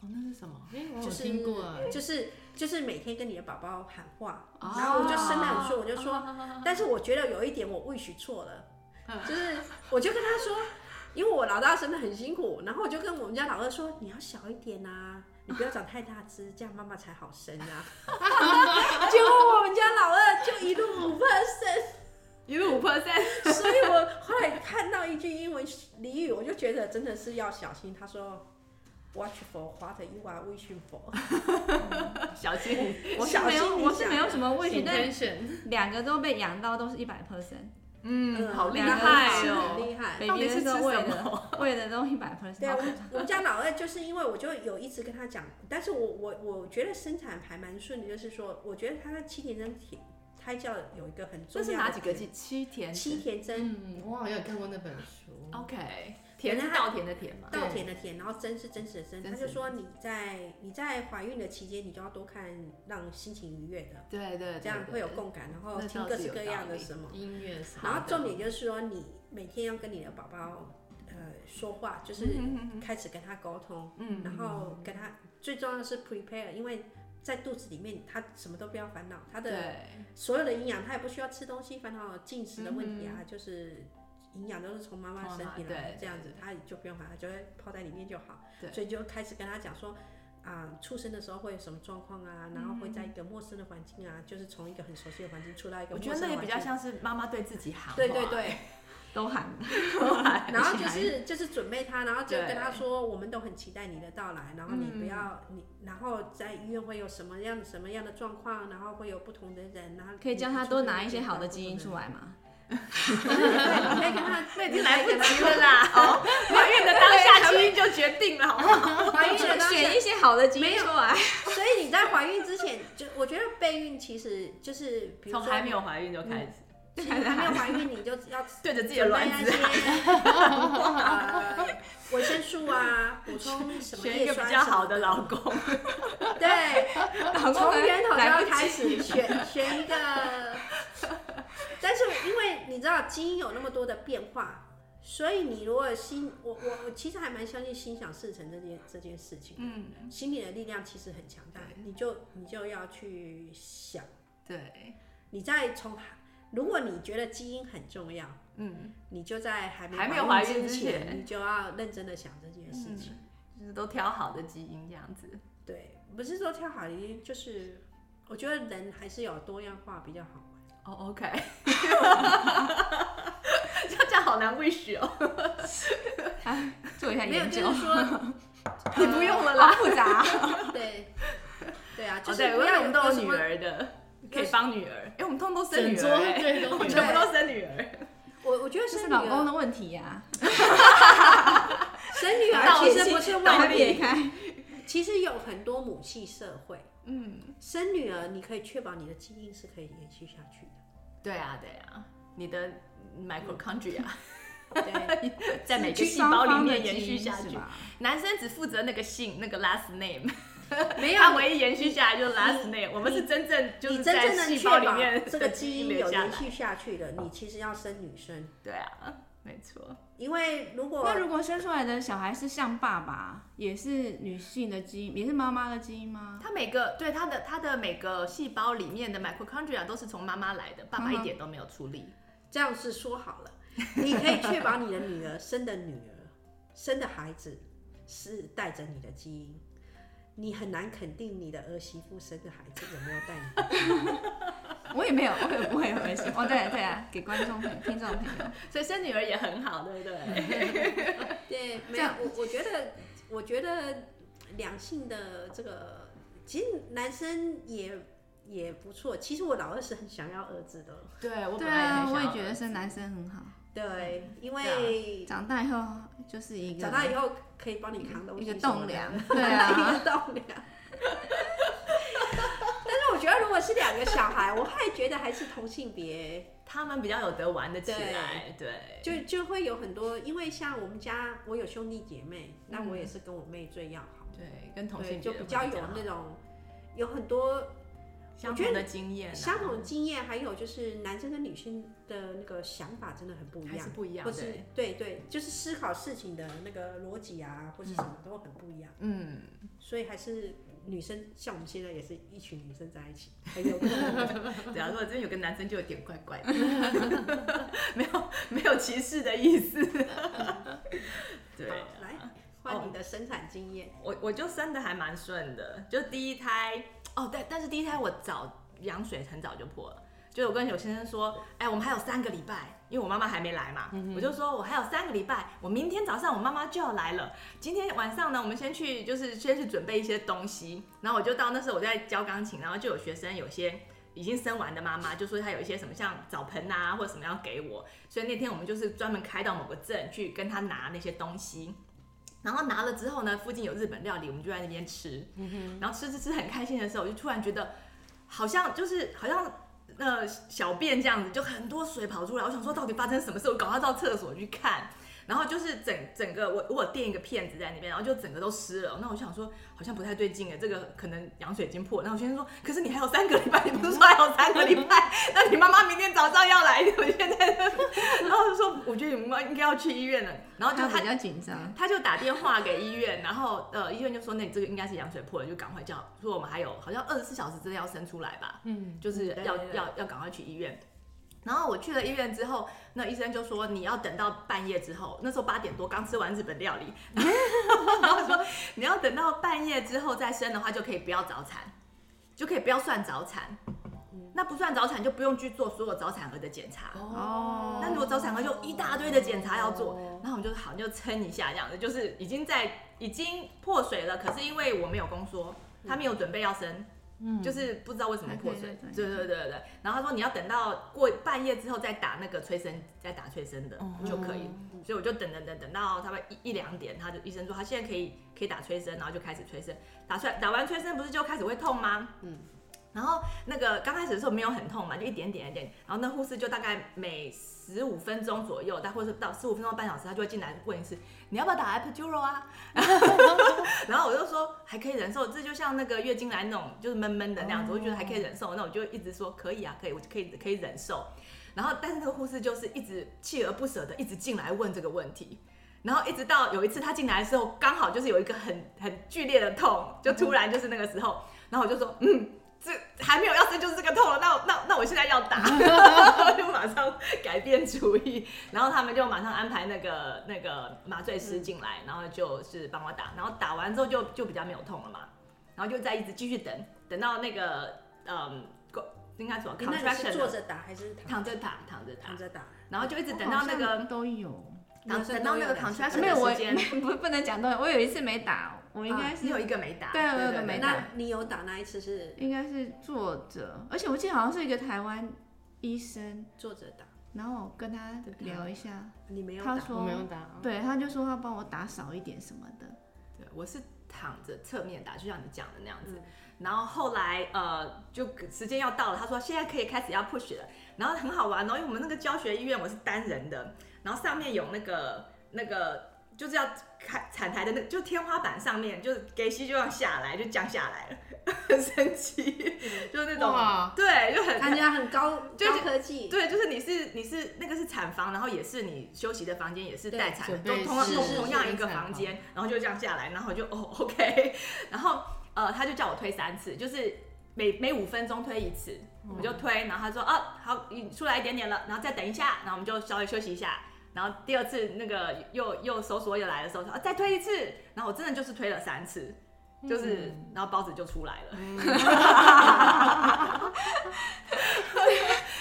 S1: 哦那是什么？
S3: 哎，我有
S4: 嗯就是
S3: 听过哎，
S4: 就是就是每天跟你的宝宝喊话，
S1: 哦
S4: 然后我就生得很顺，我就说，但是我觉得有一点我 wish 错了，
S1: 嗯
S4: 就是我就跟他说，因为我老大生的很辛苦，然后我就跟我们家老二说，你要小一
S1: (laughs)
S4: 点啊。你不要长太大只，这样妈妈才好生啊！ (laughs) 结果我们家老二就一路五分生，
S1: 一路五 percent，
S4: 所以我后来看到一句英文俚语，我就觉得真的是要小心。他说，watch for what you are wishing for。
S1: 小心
S4: 我
S2: 是
S4: 小
S2: 没
S4: 心
S2: 有，(laughs)
S4: 你
S2: 我是
S4: 想
S2: 没有什么问题，但
S3: intention
S2: 两个都被养到都是一百 percent，
S1: 嗯，好厉
S2: 两个
S1: 害
S4: 是
S1: 哦
S4: 很！厉害。
S2: 北
S1: 到底
S2: 鼻
S1: 是
S2: 的时候
S1: 吃
S2: 喂
S1: 什
S2: (laughs)
S4: (laughs)
S2: 的喂的都一百 percent，
S4: 对啊，我我们家老二就是因为我就有一直跟他讲，但是我我我觉得生产还蛮顺利，就是说，我觉得他七田真体胎教有一个很重
S1: 这
S4: 要的
S1: 是哪几个季？七田
S4: 七田真
S3: 嗯，我好像有看过那本书，
S1: (laughs) OK，田
S4: 原
S1: 是
S4: 来它
S1: 稻田的田嘛？
S4: 稻田的田，然后真是真实的真，
S1: 真
S4: 他
S1: 实
S4: 就
S1: 的
S4: 说你在你在怀孕的期间，你就要多看让心情愉悦的，
S1: 对对对，
S4: 这样
S1: 对
S4: 会有
S1: 对
S4: 共感，然后
S1: 那
S4: 听
S1: 倒
S4: 各
S1: 是
S4: 式
S1: 有
S4: 各样
S1: 道
S4: 的
S1: 理
S4: 什么。
S3: 音乐什
S4: 然
S3: 么
S4: 后重点就是说，你每天要跟你的宝宝呃说话，就是
S1: 嗯
S4: 开始跟他沟通，嗯，然后跟他最重要的是 prepare，因为在肚子里面他什么都不要烦恼，他的
S1: 对，嗯
S4: 所有的营养他也不需要吃东西烦恼进食的问题啊，就是。营养都是从妈妈身
S1: 从
S4: 体
S1: 妈妈
S4: 来
S1: 对，
S4: 这样子
S1: 对对
S4: 他就不用烦恼，就会泡在里面就好。
S1: 对
S4: 所以就开始跟他讲说，啊、出生的时候会有什么状况啊，然后会在一个陌生的环境啊，就是从一个很熟悉的环境出到一个
S1: 我
S4: 陌
S1: 觉
S4: 生
S1: 得
S4: 的
S1: 那
S4: 环境。
S1: 也比较像是妈妈对自己喊话，
S4: 对对对，
S2: 都喊的，
S1: (laughs)
S4: 然后就是就是准备他，然后就
S1: 对
S4: 跟他说，我们都很期待你的到来，然后你不要、你，然后在医院会有什么样什么样的状况，然后会有不同的人，然后
S2: 可以叫他多拿一些好的基因
S4: 来。
S2: 出来嘛。
S4: 对，你可以跟他，
S1: (laughs)
S4: 那已经来不及了啦。
S1: 哦怀孕的当下基因就决定了，好不好？
S4: 怀孕的当下
S2: 选一些好的基因出来，
S4: 所以你在怀孕之前，就我觉得备孕其实就是，比如
S1: (laughs) 从
S4: 说
S1: 还没有怀孕就开始
S4: 其实还没有怀孕，你就要
S1: 对着自己的
S4: 准备
S1: 卵
S4: 那
S1: 子
S4: 些呃维生素啊，补充什么
S1: 选一
S4: 叶
S1: 个
S4: 酸
S1: 比较
S4: 什么
S1: 好的老公，
S4: 对，
S2: (laughs) 老公
S4: 从
S2: 还
S4: 源头就
S2: 来
S4: 要
S2: 不及
S4: 开始选选一个，但是因为你知道基因有那么多的变化，所以你如果心我我我其实还蛮相信心想事成这件这件事情，
S1: 嗯，
S4: 心理的力量其实很强大，你就你就要去想，
S1: (laughs) 对，
S4: 你再从如果你觉得基因很重要，
S1: 嗯，
S4: 你就在还
S1: 还没
S4: 没
S1: 有
S4: 怀
S1: 怀孕
S4: 之
S1: 之
S4: 前，
S1: 前
S4: 你就要认真的想这件事情。
S1: 就是都挑好的基因这样子，
S4: 对，不是说跳好音，就是我觉得人还是有多样化比较好玩。
S1: 哦，OK，这样这样好难 wish 哦，
S2: (laughs) 做一下
S4: 没有，
S2: 研
S4: 就
S2: 究。 (laughs)
S4: 是
S1: (laughs)
S4: 说，
S1: 你不用了啦，复
S2: 啊
S1: 杂，
S4: 对，对啊，就
S1: 哦，
S4: 是
S1: 对，因
S4: 不
S1: 为
S4: 要
S1: 我们都有
S4: 什
S1: 女
S4: 么。
S1: 儿的，可以帮女儿，哎，我们通通都生
S3: 整
S1: 女
S3: 桌
S1: 儿，哎
S3: 对都
S1: 我们
S3: 有
S1: 全部都生女儿，
S4: 我我觉得
S2: 这是
S4: 生
S2: 老
S4: 女
S2: 公
S4: 儿，
S2: 的问题呀、
S4: 生女儿
S2: 道
S4: 啊其
S2: 歉
S4: 实不是
S2: 道
S4: 问
S2: 别
S4: 题，
S2: 开，
S4: 其实有很多母系社会，
S1: 嗯，
S4: 生女儿你可以确保你的基因是可以延续下去的。
S1: 对啊，对啊，你的 mitochondria (laughs)
S4: 对，
S1: 在每个细胞里面延续下去。男生只负责那个姓，那个 last (laughs) name，
S4: 没有
S1: 他唯一延续下来就是 last name。我们是真正就是
S4: 你真
S1: 在
S4: 正的
S1: 细
S4: 确
S1: 胞里
S4: 保
S1: 面 (laughs)
S4: 这个基因有
S1: 留下
S4: 延
S1: 来。
S4: 续下去的，你其实要生女生，
S1: 对啊，没错。
S4: 因为如果
S2: 那如果生出来的小孩是像爸爸，也是女性的基因，也是妈妈的基因吗？
S1: 他每个对他的他的每个细胞里面的 mitochondria 都是从妈妈来的，爸爸
S2: 嗯哼
S1: 一点都没有出力。
S4: 这样是说好了，你可以确保你的女儿生的女儿 (laughs) 生的孩子是带着你的基因。你很难肯定你的儿媳妇生的孩子有没有带你的基
S2: (laughs) 我也没有，我也不会有关系。哦，对啊对啊，给观众朋友、听众朋友，
S1: 所以生女儿也很好，
S2: (laughs)
S1: 对不对？
S4: 因。 (laughs) 对，
S2: 这
S4: 没有
S2: 样，
S4: 我我觉得，我觉得两性的这个，其实男生也也不错。其实我老二是很想要儿子的，
S1: 对，我本
S2: 对
S1: 来
S2: 啊，
S1: 很
S2: 我也
S1: 想
S2: 觉
S1: 要
S2: 得生男生很好，
S4: 对，
S2: 嗯
S4: 因为
S2: 长大以后就是一个
S4: 长大以后可以帮你扛东西
S2: 一
S4: 什么
S2: 个栋
S4: 的，
S2: 梁，
S1: (laughs)
S2: 对啊，
S4: 一个栋梁。但是我觉得，如果是两个小孩，我还觉得还是同性
S1: (laughs)
S4: 别，
S1: 他们比较有得玩的起来，对，
S4: 就就会有很多，因为像我们家，我有兄弟姐妹，那我也是跟我妹最要好，
S1: 对，跟同
S4: 对，
S1: 性
S4: 就
S1: 别
S4: 比较
S1: 会
S4: 有
S1: 好
S4: 那种有很多
S1: 相
S4: 觉
S1: 同
S4: 得
S1: 的经验啊，
S4: 相同的经验，还有就是男生跟女性的那个想法真的很不一
S1: 还
S4: 样
S1: 是，不一样，欸
S4: 或是
S1: 对，
S4: 对对，就是思考事情的那个逻辑啊，或是什么都很不一样，
S1: 嗯，
S4: 所以还是女生，像我们现在也是一群女生在一起，很有可能。
S1: (laughs) 对啊，如果真有个男生就有点怪怪的，没有没有歧视的意思， (laughs) 对。啊哦
S4: 好，来换你的生产经验。
S1: 我我就生的还蛮顺的，就第一胎哦，但但是第一胎我早羊水很早就破了，就我跟有先生说，哎、我们还有三个礼拜，因为我妈妈还没来嘛，我就说我还有三个礼拜，我明天早上我妈妈就要来了，今天晚上呢，我们先去就是先去准备一些东西，然后我就到那时候我在教钢琴，然后就有学生有些。已经生完的妈妈就说她有一些什么像澡盆啊或者什么要给我，所以那天我们就是专门开到某个镇去跟她拿那些东西，然后拿了之后呢，附近有日本料理，我们就在那边吃。然后吃吃吃很开心的时候，我就突然觉得好像就是好像呃小便这样子，就很多水跑出来。我想说到底发生什么事，我赶快到厕所去看。然后就是整整个我我有垫一个片子在那边，然后就整个都湿了。那我就想说好像不太对劲哎，这个可能羊水已经破了。那我先生说，可是你还有三个礼拜，你不是说还有三个礼拜？那你妈妈明天早上要来，我现在，然后我就说我觉得你妈妈应该要去医院了。然后就
S2: 他
S1: 他
S2: 比较紧张，
S1: 他就打电话给医院，然后呃，医院就说那你这个应该是羊水破了，就赶快叫，说我们还有好像二十四小时之内要生出来吧，
S3: 嗯，
S1: 就是
S4: 对
S1: 要
S4: 对对
S1: 要要赶快去医院。然后我去了医院之后，那医生就说你要等到半夜之后，那时候八点多刚吃完日本料理，然后说你要等到半夜之后再生的话，就可以不要早产，就可以不要算早产。
S4: 嗯
S1: 那不算早产就不用去做所有早产儿的检查。
S2: 哦
S1: 那如果早产儿就一大堆的检查要做，然后我们就好就撑一下这样子，就是已经在已经破水了，可是因为我没有宫缩，他没有准备要生。就是不知道为什么破水，
S2: 还可以
S1: 嗯对对对对对。然后他说你要等到过半夜之后再打那个催生，再打催生的就可以。所以我就等等等等到差不多一一两点，他就医生说他现在可以可以打催生，然后就开始催生。打出来打完催生不是就开始会痛吗？嗯
S3: 嗯。
S1: 然后那个刚开始的时候没有很痛嘛，就一点点一点点。然后那护士就大概每十五分钟左右，但或者是到十五分钟到半小时，他就会进来问一次，你要不要打 epidural 啊？然后我就说还可以忍受，这就像那个月经来那种就是闷闷的那样子，我就觉得还可以忍受。那我就一直说可以啊，可以，我可以可以忍受。然后但是那个护士就是一直锲而不舍的一直进来问这个问题。然后一直到有一次他进来的时候，刚好就是有一个很很剧烈的痛，就突然就是那个时候，然后我就说，嗯，这还没有要生就是这个痛了，那我那那我现在要打， (laughs) 我就马上改变主意，然后他们就马上安排那个那个麻醉师进来，然后就是帮我打，然后打完之后就就比较没有痛了嘛，然后就再一直继续等，等到那个嗯，应该什么
S4: 你那你是
S1: contraction
S4: 坐
S1: 了
S4: 着打还是躺
S1: 躺着打躺着打
S4: 躺，着打？
S1: 然后就一直等到那
S2: 哦我好像
S1: 个
S2: 都有，
S1: 等等到那个
S4: 躺
S1: contraction
S2: 没有我
S1: 的时间，
S2: 不不能讲都有，我有一次没打，我应该
S1: 啊
S2: 是
S1: 你有一个没打，
S2: 对我有一个
S1: 对
S2: 没打
S4: 那你有打那一次是
S2: 应该是坐着，而且我记得好像是一个台湾医生，
S4: 坐着打？
S2: 然后我跟他聊一下，
S4: 你没有
S2: 他
S4: 打，
S3: 我
S2: 说
S3: 没有打，
S2: 对，他就说他帮我打少一点什么的。
S1: 对，我是躺着侧面打，就像你讲的那样
S2: 嗯
S1: 子。然后后来呃，就时间要到了，他说现在可以开始要 push 了。然后很好玩哦，因为我们那个教学医院我是单人的，然后上面有那个那个就是要开产台的那就天花板上面，就是给西就要下来，就降下来了， (laughs) 很神奇，
S2: 嗯
S1: 就是那种
S3: 哇，
S1: 对，就很
S4: 感觉很高
S1: (laughs) 就
S4: 高科技，
S1: 对，就是你是你是那个是产房，然后也是你休息的房间，也是
S4: 对
S1: 待产的，
S3: 准
S1: 都
S3: 备
S1: 同样
S3: 室
S1: 同
S4: 是
S1: 同
S3: 是
S1: 样一
S3: 是
S1: 个
S3: 产
S1: 房
S3: 房
S1: 间，然后就这样下来，然后我就哦 OK，然 (laughs) 后呃他就叫我推三次，就是每每五分钟推一次，我
S3: 嗯
S1: 就推，然后他说啊好，你出来一点点了，然后再等一下，然后我们就稍微休息一下。然后第二次那个又又搜索又来的时候说啊再推一次，然后我真的就是推了三次，就是、
S3: 嗯
S1: 然后包子就出来了，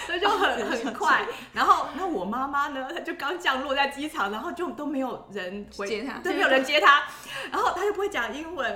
S1: 所以就很很快。然后那我妈妈呢，她就刚降落在机场，然后就都没有人回
S2: 接她
S1: 对，没有人接她，然后她又不会讲英文，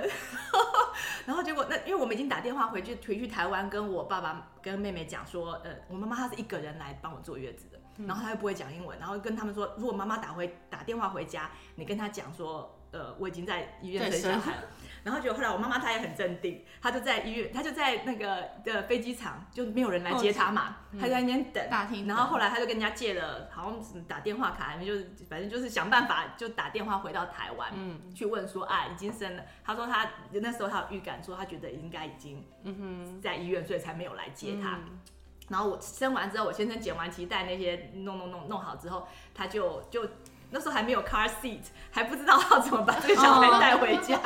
S1: (laughs) 然后结果那因为我们已经打电话回去回去台湾，跟我爸爸跟妹妹讲说，呃，我妈妈她是一个人来帮我坐月子的。然后她又不会讲英文，然后跟他们说，如果妈妈打回打电话回家，你跟她讲说，呃，我已经在医院
S3: 在
S1: 生小
S3: 生
S1: 孩了。 (laughs) 然后结果后来我妈妈她也很镇定，她就在医院，她就在那个呃飞机场，就没有人来接她嘛，
S3: 嗯
S1: 她就在那边等。
S2: 大厅
S1: 然后后来她就跟人家借了，好像是打电话卡，就是反正就是想办法就打电话回到台湾，
S3: 嗯
S1: 去问说啊已经生了。她说她那时候她有预感说她觉得应该已经
S3: 嗯哼，嗯
S1: 在医院，所以才没有来接她。然后我生完之后，我先生剪完脐带那些弄弄弄弄好之后，他就就那时候还没有 car seat，还不知道要怎么把这个小孩带回家，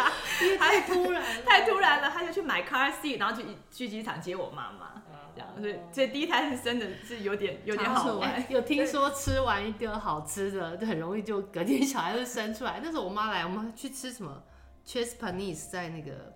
S1: 太突然太突然了，他就去买 car seat，然后去去机场接我妈妈，这样，所以所以第一胎是生的是有点有点好玩，
S3: 哎有听说吃完一个好吃的，就很容易就隔天小孩就生出来。那时候我妈来，我们去吃什么 cheese panis 在那个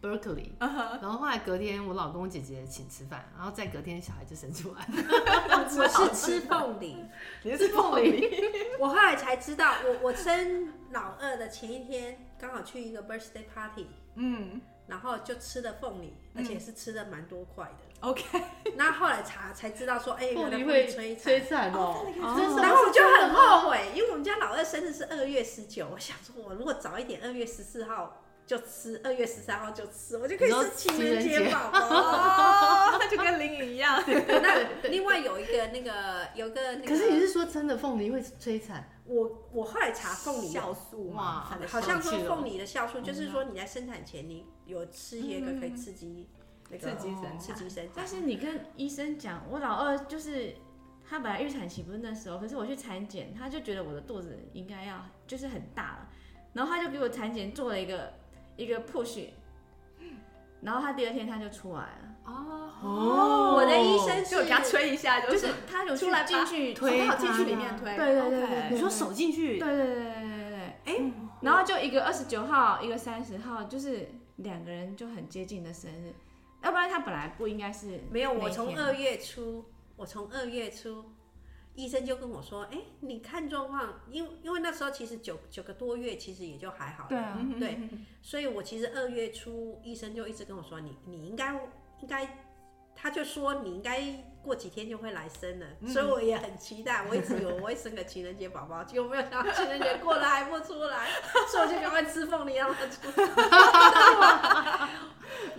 S3: Berkeley，、然后
S4: 嗯
S3: 后来隔天我老公姐姐请吃饭，然后再隔天小孩就生出来。
S4: 我是吃凤梨。
S1: 你是凤梨，
S4: 我后来才知道，我我生老二的前一天，刚好去一个 birthday party，
S1: 嗯
S4: 然后就吃了凤梨，而且是吃的蛮多块的。
S1: ，OK，
S4: (laughs) 那、后来查才知道说，哎、原来
S3: 梨
S4: 会
S3: 哦会
S4: 催产
S3: 催产哦，这是什么
S4: 然后我就很后悔，因为我们家老二生日是二月十九，我想说，我如果早一点，二月十四号就吃，二月十三号就吃，我就可以
S3: 你说
S4: 吃情人
S3: 情人
S4: 节
S3: 节
S1: (laughs)
S4: 宝宝。
S1: 哦，那就跟林颖一样，
S4: 那另外有一个那个有一个那个，
S3: 可是你是说真的凤梨会催产？
S4: 我我后来查凤梨
S1: 酵素嘛
S3: 哇，
S1: 它的
S4: 好像说
S3: 上去了
S4: 凤梨的酵素，就是说你在生产前你有吃一些个可以刺激那
S1: 刺
S4: 个
S1: 激生
S4: 刺
S1: 产
S4: 激生
S2: 但
S4: 产。
S2: 是你跟医生讲，我老二就是他本来预产期不是那时候，可是我去产检，他就觉得我的肚子应该要就是很大了，然后他就给我产检做了一个一个 push，然后他第二天他就出来了，
S3: 哦
S4: 我的医生
S1: 就给他
S4: 是，
S1: 吹一下，就
S2: 就是是他有去
S1: 出来吧
S2: 进去
S3: 推
S1: 好进去
S3: 它
S1: 里面推，
S2: 对对对对
S1: OK
S2: 对
S3: 你说手进去，
S2: 对对对对对对。哎、然后就一个二十九号，一个三十号，就是两个人就很接近的生日，要不然他本来不应该是
S4: 没有，
S2: 那
S4: 我
S2: 一
S4: 从
S2: 天
S4: 二月初，我从二月初，医生就跟我说，哎，你看状况，因为因为那时候其实九九个多月，其实也就还好了。
S2: 对啊，
S4: 对，所以我其实二月初医生就一直跟我说，你你应该应该，他就说你应该过几天就会来生了，
S2: 嗯
S4: 所以我也很期待，我一直以为我会生个情人节宝宝，结果没有想到情人节过了还不出来， (laughs) 所以我就赶快吃凤梨让他出
S1: (laughs)
S4: 来。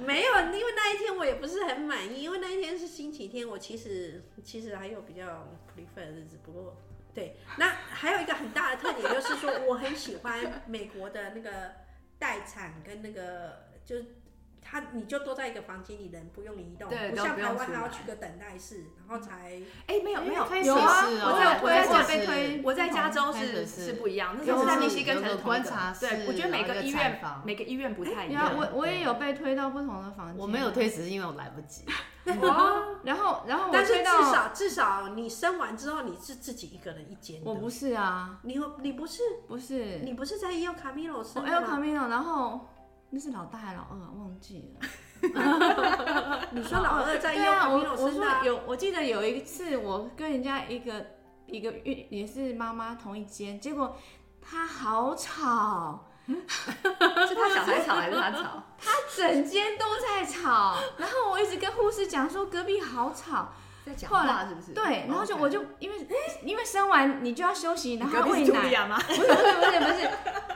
S4: (laughs) 没有，因为那一天我也不是很满意，因为那一天是星期天，我其实其实还有比较 prefer 的日子，不过对，那还有一个很大的特点就是说，我很喜欢美国的那个待产跟那个就是。他你就都在一个房间里，人不用移动，
S1: 对
S4: 不
S1: 都
S4: 像
S1: 不
S4: 台
S1: 用
S4: 湾还
S1: 出
S4: 要
S1: 来
S4: 去个等待室，然后才
S1: 哎没有没有，
S3: 开始
S2: 有啊
S3: 是
S1: 我
S3: 哦
S1: 在我在
S3: 开
S1: 家
S3: 始
S1: 被
S3: 是
S1: 推，我在加州
S3: 开
S1: 是
S3: 始是
S1: 是不一样，那时
S3: 有
S1: 候是在密西根
S3: 有
S1: 才是同一
S3: 个
S1: 个
S3: 观察室
S1: 对，我觉得每
S3: 然后
S1: 个
S3: 一个
S1: 医
S3: 采
S1: 院
S3: 访
S1: 每个医院不太一
S2: 有啊
S1: 样。，
S2: 我我也有被推到不同的房间，啊
S3: 我没有推，只是因为我来不及。
S4: 哦，
S2: 然后然后我
S4: 但是
S2: 推
S4: 至
S2: 到，
S4: 少至少你生完之后你是自己一个人一间的，
S2: 我不是啊，
S4: 你你不是
S2: 不是，
S4: 你不是在 El Camino
S2: 我
S4: 生
S2: El
S4: 的吗？
S2: Camino，然后那是老大还是老二啊，忘记了。
S4: 你说老二在
S2: 哦对
S4: El
S2: 啊，我
S4: Camino
S2: 我
S4: 生的啊
S2: 说，有，我记得有一次我跟人家一个一个孕也是妈妈同一间，结果她好吵，
S1: 是他小孩吵还是他吵？
S2: 她整间都在吵，然后我一直跟护士讲说隔壁好吵，
S3: 在讲
S2: 后来
S3: 话是不是？
S2: 对，然后就我就因为因为生完你就要休息，然后
S1: 隔
S2: 要
S1: 壁
S2: 喂
S1: 是茱
S2: 奶
S1: 莉，亚吗？
S2: 不是不是不是不是，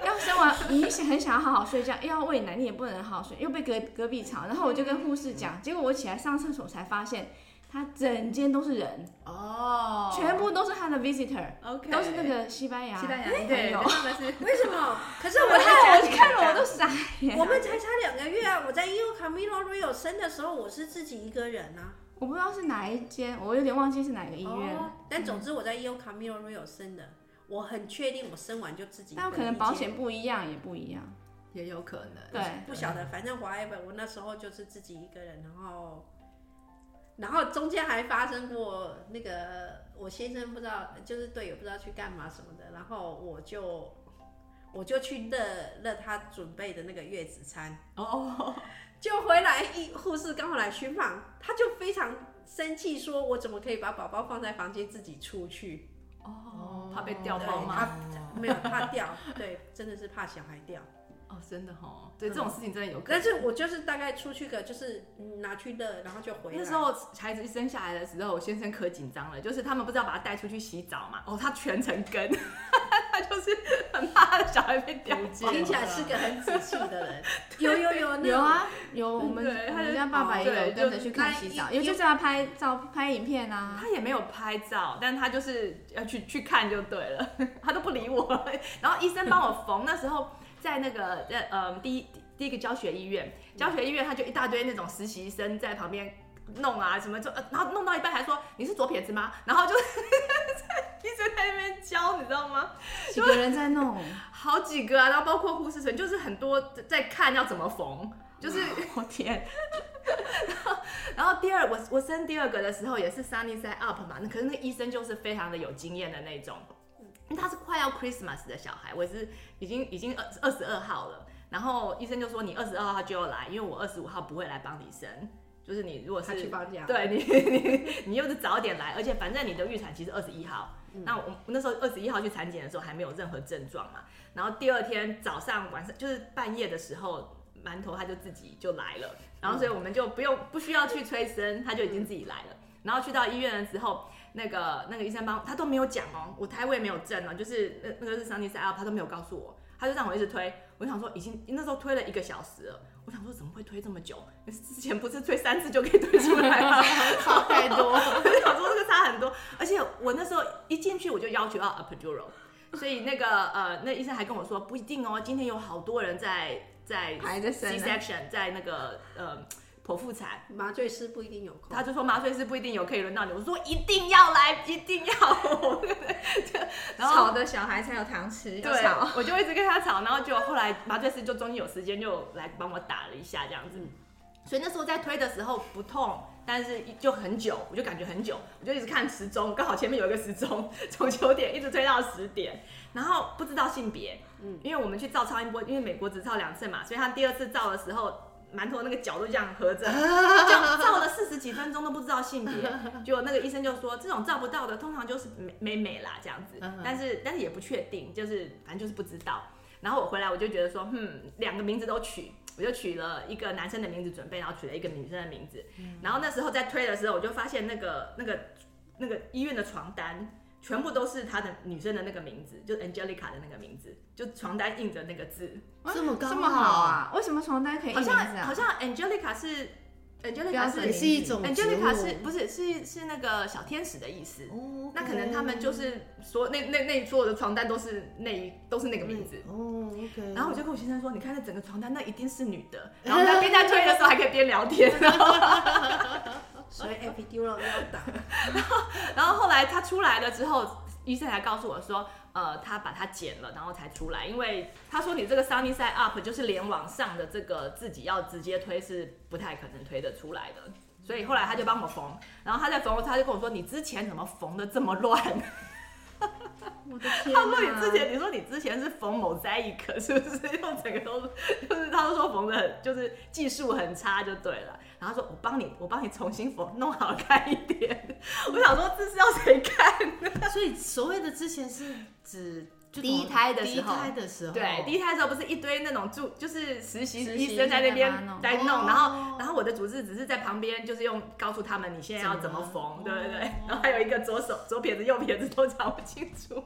S2: 要生完你想很想要好好睡觉，又要喂奶，你也不能好好睡，又被隔隔壁吵。然后我就跟护士
S1: 嗯
S2: 讲，结果我起来上厕所才发现，他整间都是人，
S1: 哦
S2: 全部都是他的 visitor，
S1: OK，
S2: 都是那个西班牙
S1: 西班牙
S2: 朋友
S1: 对，
S2: 我
S1: 跟他们是
S4: 为什么？可是
S1: (laughs)
S2: 看 (laughs)
S4: 我在
S2: 我看了我都傻眼，
S4: 我们才差两个月啊！我在 U Camino Rio 生的时候，我是自己一个人啊。
S2: 我不知道是哪一间，我有点忘记是哪个医院。嗯
S4: 哦，但总之我在 U Camino Rio 生的，我很确定我生完就自己一个
S2: 但
S4: 人一
S2: 可
S4: 间。
S2: 能保险不一样，也不一样。
S3: 也有可
S1: 呃
S3: 能。
S2: 对
S4: 不晓
S1: 嗯
S4: 得，反正 w h a t 我那时候就是自己一个人，然后，然后中间还发生过那个我先生不知道，就是队友不知道去干嘛什么的，然后我就我就去热热他准备的那个月子餐，
S1: 哦，
S4: 就回来一护士刚好来巡访，他就非常生气，说我怎么可以把宝宝放在房间自己出去？
S1: 哦，怕被掉
S4: 对
S1: 包吗？
S4: 他没有怕掉，对，真的是怕小孩掉。
S1: 哦，真的哦，对，这种事情真的有可能
S4: 但。是我就是大概出去个，就是拿去热，然后就回来。
S1: 那时候孩子一生下来的时候，我先生可紧张了，就是他们不知道把他带出去洗澡嘛，哦，他全程跟， (laughs) 他就是很怕他的小孩被掉包。
S4: 听起来是个很仔细的
S1: (laughs)
S4: 人，有有有
S2: 有，啊，有我们
S1: 对
S2: 我
S1: 他就
S2: 们家爸爸也
S1: 对
S2: 有跟着
S1: 就
S2: 去看
S1: 那
S2: 洗澡，
S1: 一
S2: 因为就是要拍照、拍影片 (laughs) 啊。
S1: 他也没有拍照，但他就是要去去看就对了， (laughs) 他都不理我。然后医生帮我缝，那时候在那个在呃第一第一个教学医院，教学医院他就一大堆那种实习生在旁边弄啊什么就，呃然后弄到一半还说你是左撇子吗？然后就 (laughs) 一直在那边教，你知道吗？
S2: 几个人在弄，
S1: 好几个啊，然后包括护士生，就是很多在看要怎么缝，就是我天。 (laughs) 然后然后第二，我我生第二个的时候也是 Sunny side up 嘛，那可是那医生就是非常的有经验的那种，因为他是快要 Christmas 的小孩，我是已经已经二二十二号了，然后医生就说你二十二号就要来，因为我二十五号不会来帮你生，就是你如果是
S4: 他去帮家，，
S1: 对你， (laughs) 你你又是早点来，而且反正你的预产期是二十一号，那我我那时候二十一号去产检的时候还没有任何症状嘛，然后第二天早上晚上就是半夜的时候，馒头他就自己就来了，然后所以我们就不用不需要去催生，他就已经自己来了，然后去到医院的时候。那个那个医生帮他都没有讲哦，我胎位没有正哦，就是那那个是上帝赛啊奥，他都没有告诉我，他就让我一直推，我想说已经那时候推了一个小时了，我想说怎么会推这么久？之前不是推三次就可以推出来吗？
S3: 差太多。
S1: 我想说这个差很多，而且我那时候一进去我就要求要 epidural，所以那个呃，那医生还跟我说不一定哦，今天有好多人在在
S2: 还在啊生
S1: C
S2: 呢
S1: section，在那个呃剖腹产，
S4: 麻醉师不一定有空
S1: 他。就说麻醉师不一定有可以轮到你，我说一定要来，一定要， (laughs) 然后
S2: 吵的小孩才有糖吃，要
S1: 对
S2: 吵。，
S1: 我就一直跟他吵，然后就后来麻醉师就中间有时间就来帮我打了一下这样
S2: 嗯
S1: 子，所以那时候在推的时候不痛，但是就很久，我就感觉很久，我就一直看时钟，刚好前面有一个时钟，从九点一直推到十点，然后不知道性别，嗯，因为我们去照超音波，因为美国只照两次嘛，所以他第二次照的时候。馒头那个脚都这样合
S2: (laughs)
S1: 着，这样照了四十几分钟都不知道性别，结果那个医生就说，这种照不到的通常就是美美美啦这样子
S3: 嗯，
S1: 但是但是也不确定，就是反正就是不知道。然后我回来我就觉得说，嗯，两个名字都取，我就取了一个男生的名字准备，然后取了一个女生的名字。然后那时候在推的时候，我就发现那个那个那个医院的床单全部都是她的女生的那个名字，就是 Angelica 的那个名字，就床单印着那个字，
S3: 这么刚
S2: 这么好啊？为什么床单可以印
S1: 好
S2: 名字
S1: 像
S2: 啊？
S1: 好像 Angelica 是
S2: 标
S1: Angelica
S2: 准
S1: 是
S3: 也是一种
S1: Angelica
S3: 植物
S1: 是不是是是那个小天使的意思？
S3: 哦
S1: 那可能他们就是所那那那所有的床单都是那一都是那个名字。
S3: 哦，OK。
S2: 嗯
S1: 然后我就跟我先生说：“你看那整个床单，那一定是女的。”然后我们在边在推的时候还可以边聊
S2: (laughs)
S1: 天。
S4: 所
S1: 呃
S4: 以 epidural 要打，
S1: 然后后来他出来了之后，医生才告诉我说：“呃，他把它剪了，然后才出来。因为他说你这个 sunny side up 就是连往上的这个自己要直接推是不太可能推得出来的。”所以后来他就帮我缝，然后他在缝的时候他就跟我说：“你之前怎么缝的这么乱？”
S2: 我的天啊
S1: 他说你之
S2: 哪！
S1: 前，你说你之前是缝某灾一克，是不是？又整个都是就是他都说缝的很，就是技术很差就对了。然后他说我帮你，我帮你重新缝，弄好看一点。我想说这是要谁看？
S3: 所以所谓的之前是指就
S2: 第一胎的时候
S3: 第一胎的时候，
S1: 对，第一胎的时候不是一堆那种助，就是哦实习
S2: 实习
S1: 医生在那边
S2: 在那弄
S1: 在弄，
S3: 哦
S1: 然后然后我的主治只是在旁边，就是用告诉他们你现在要怎么缝，对对对，然后还有一个左手左撇子右撇子都搞不清楚。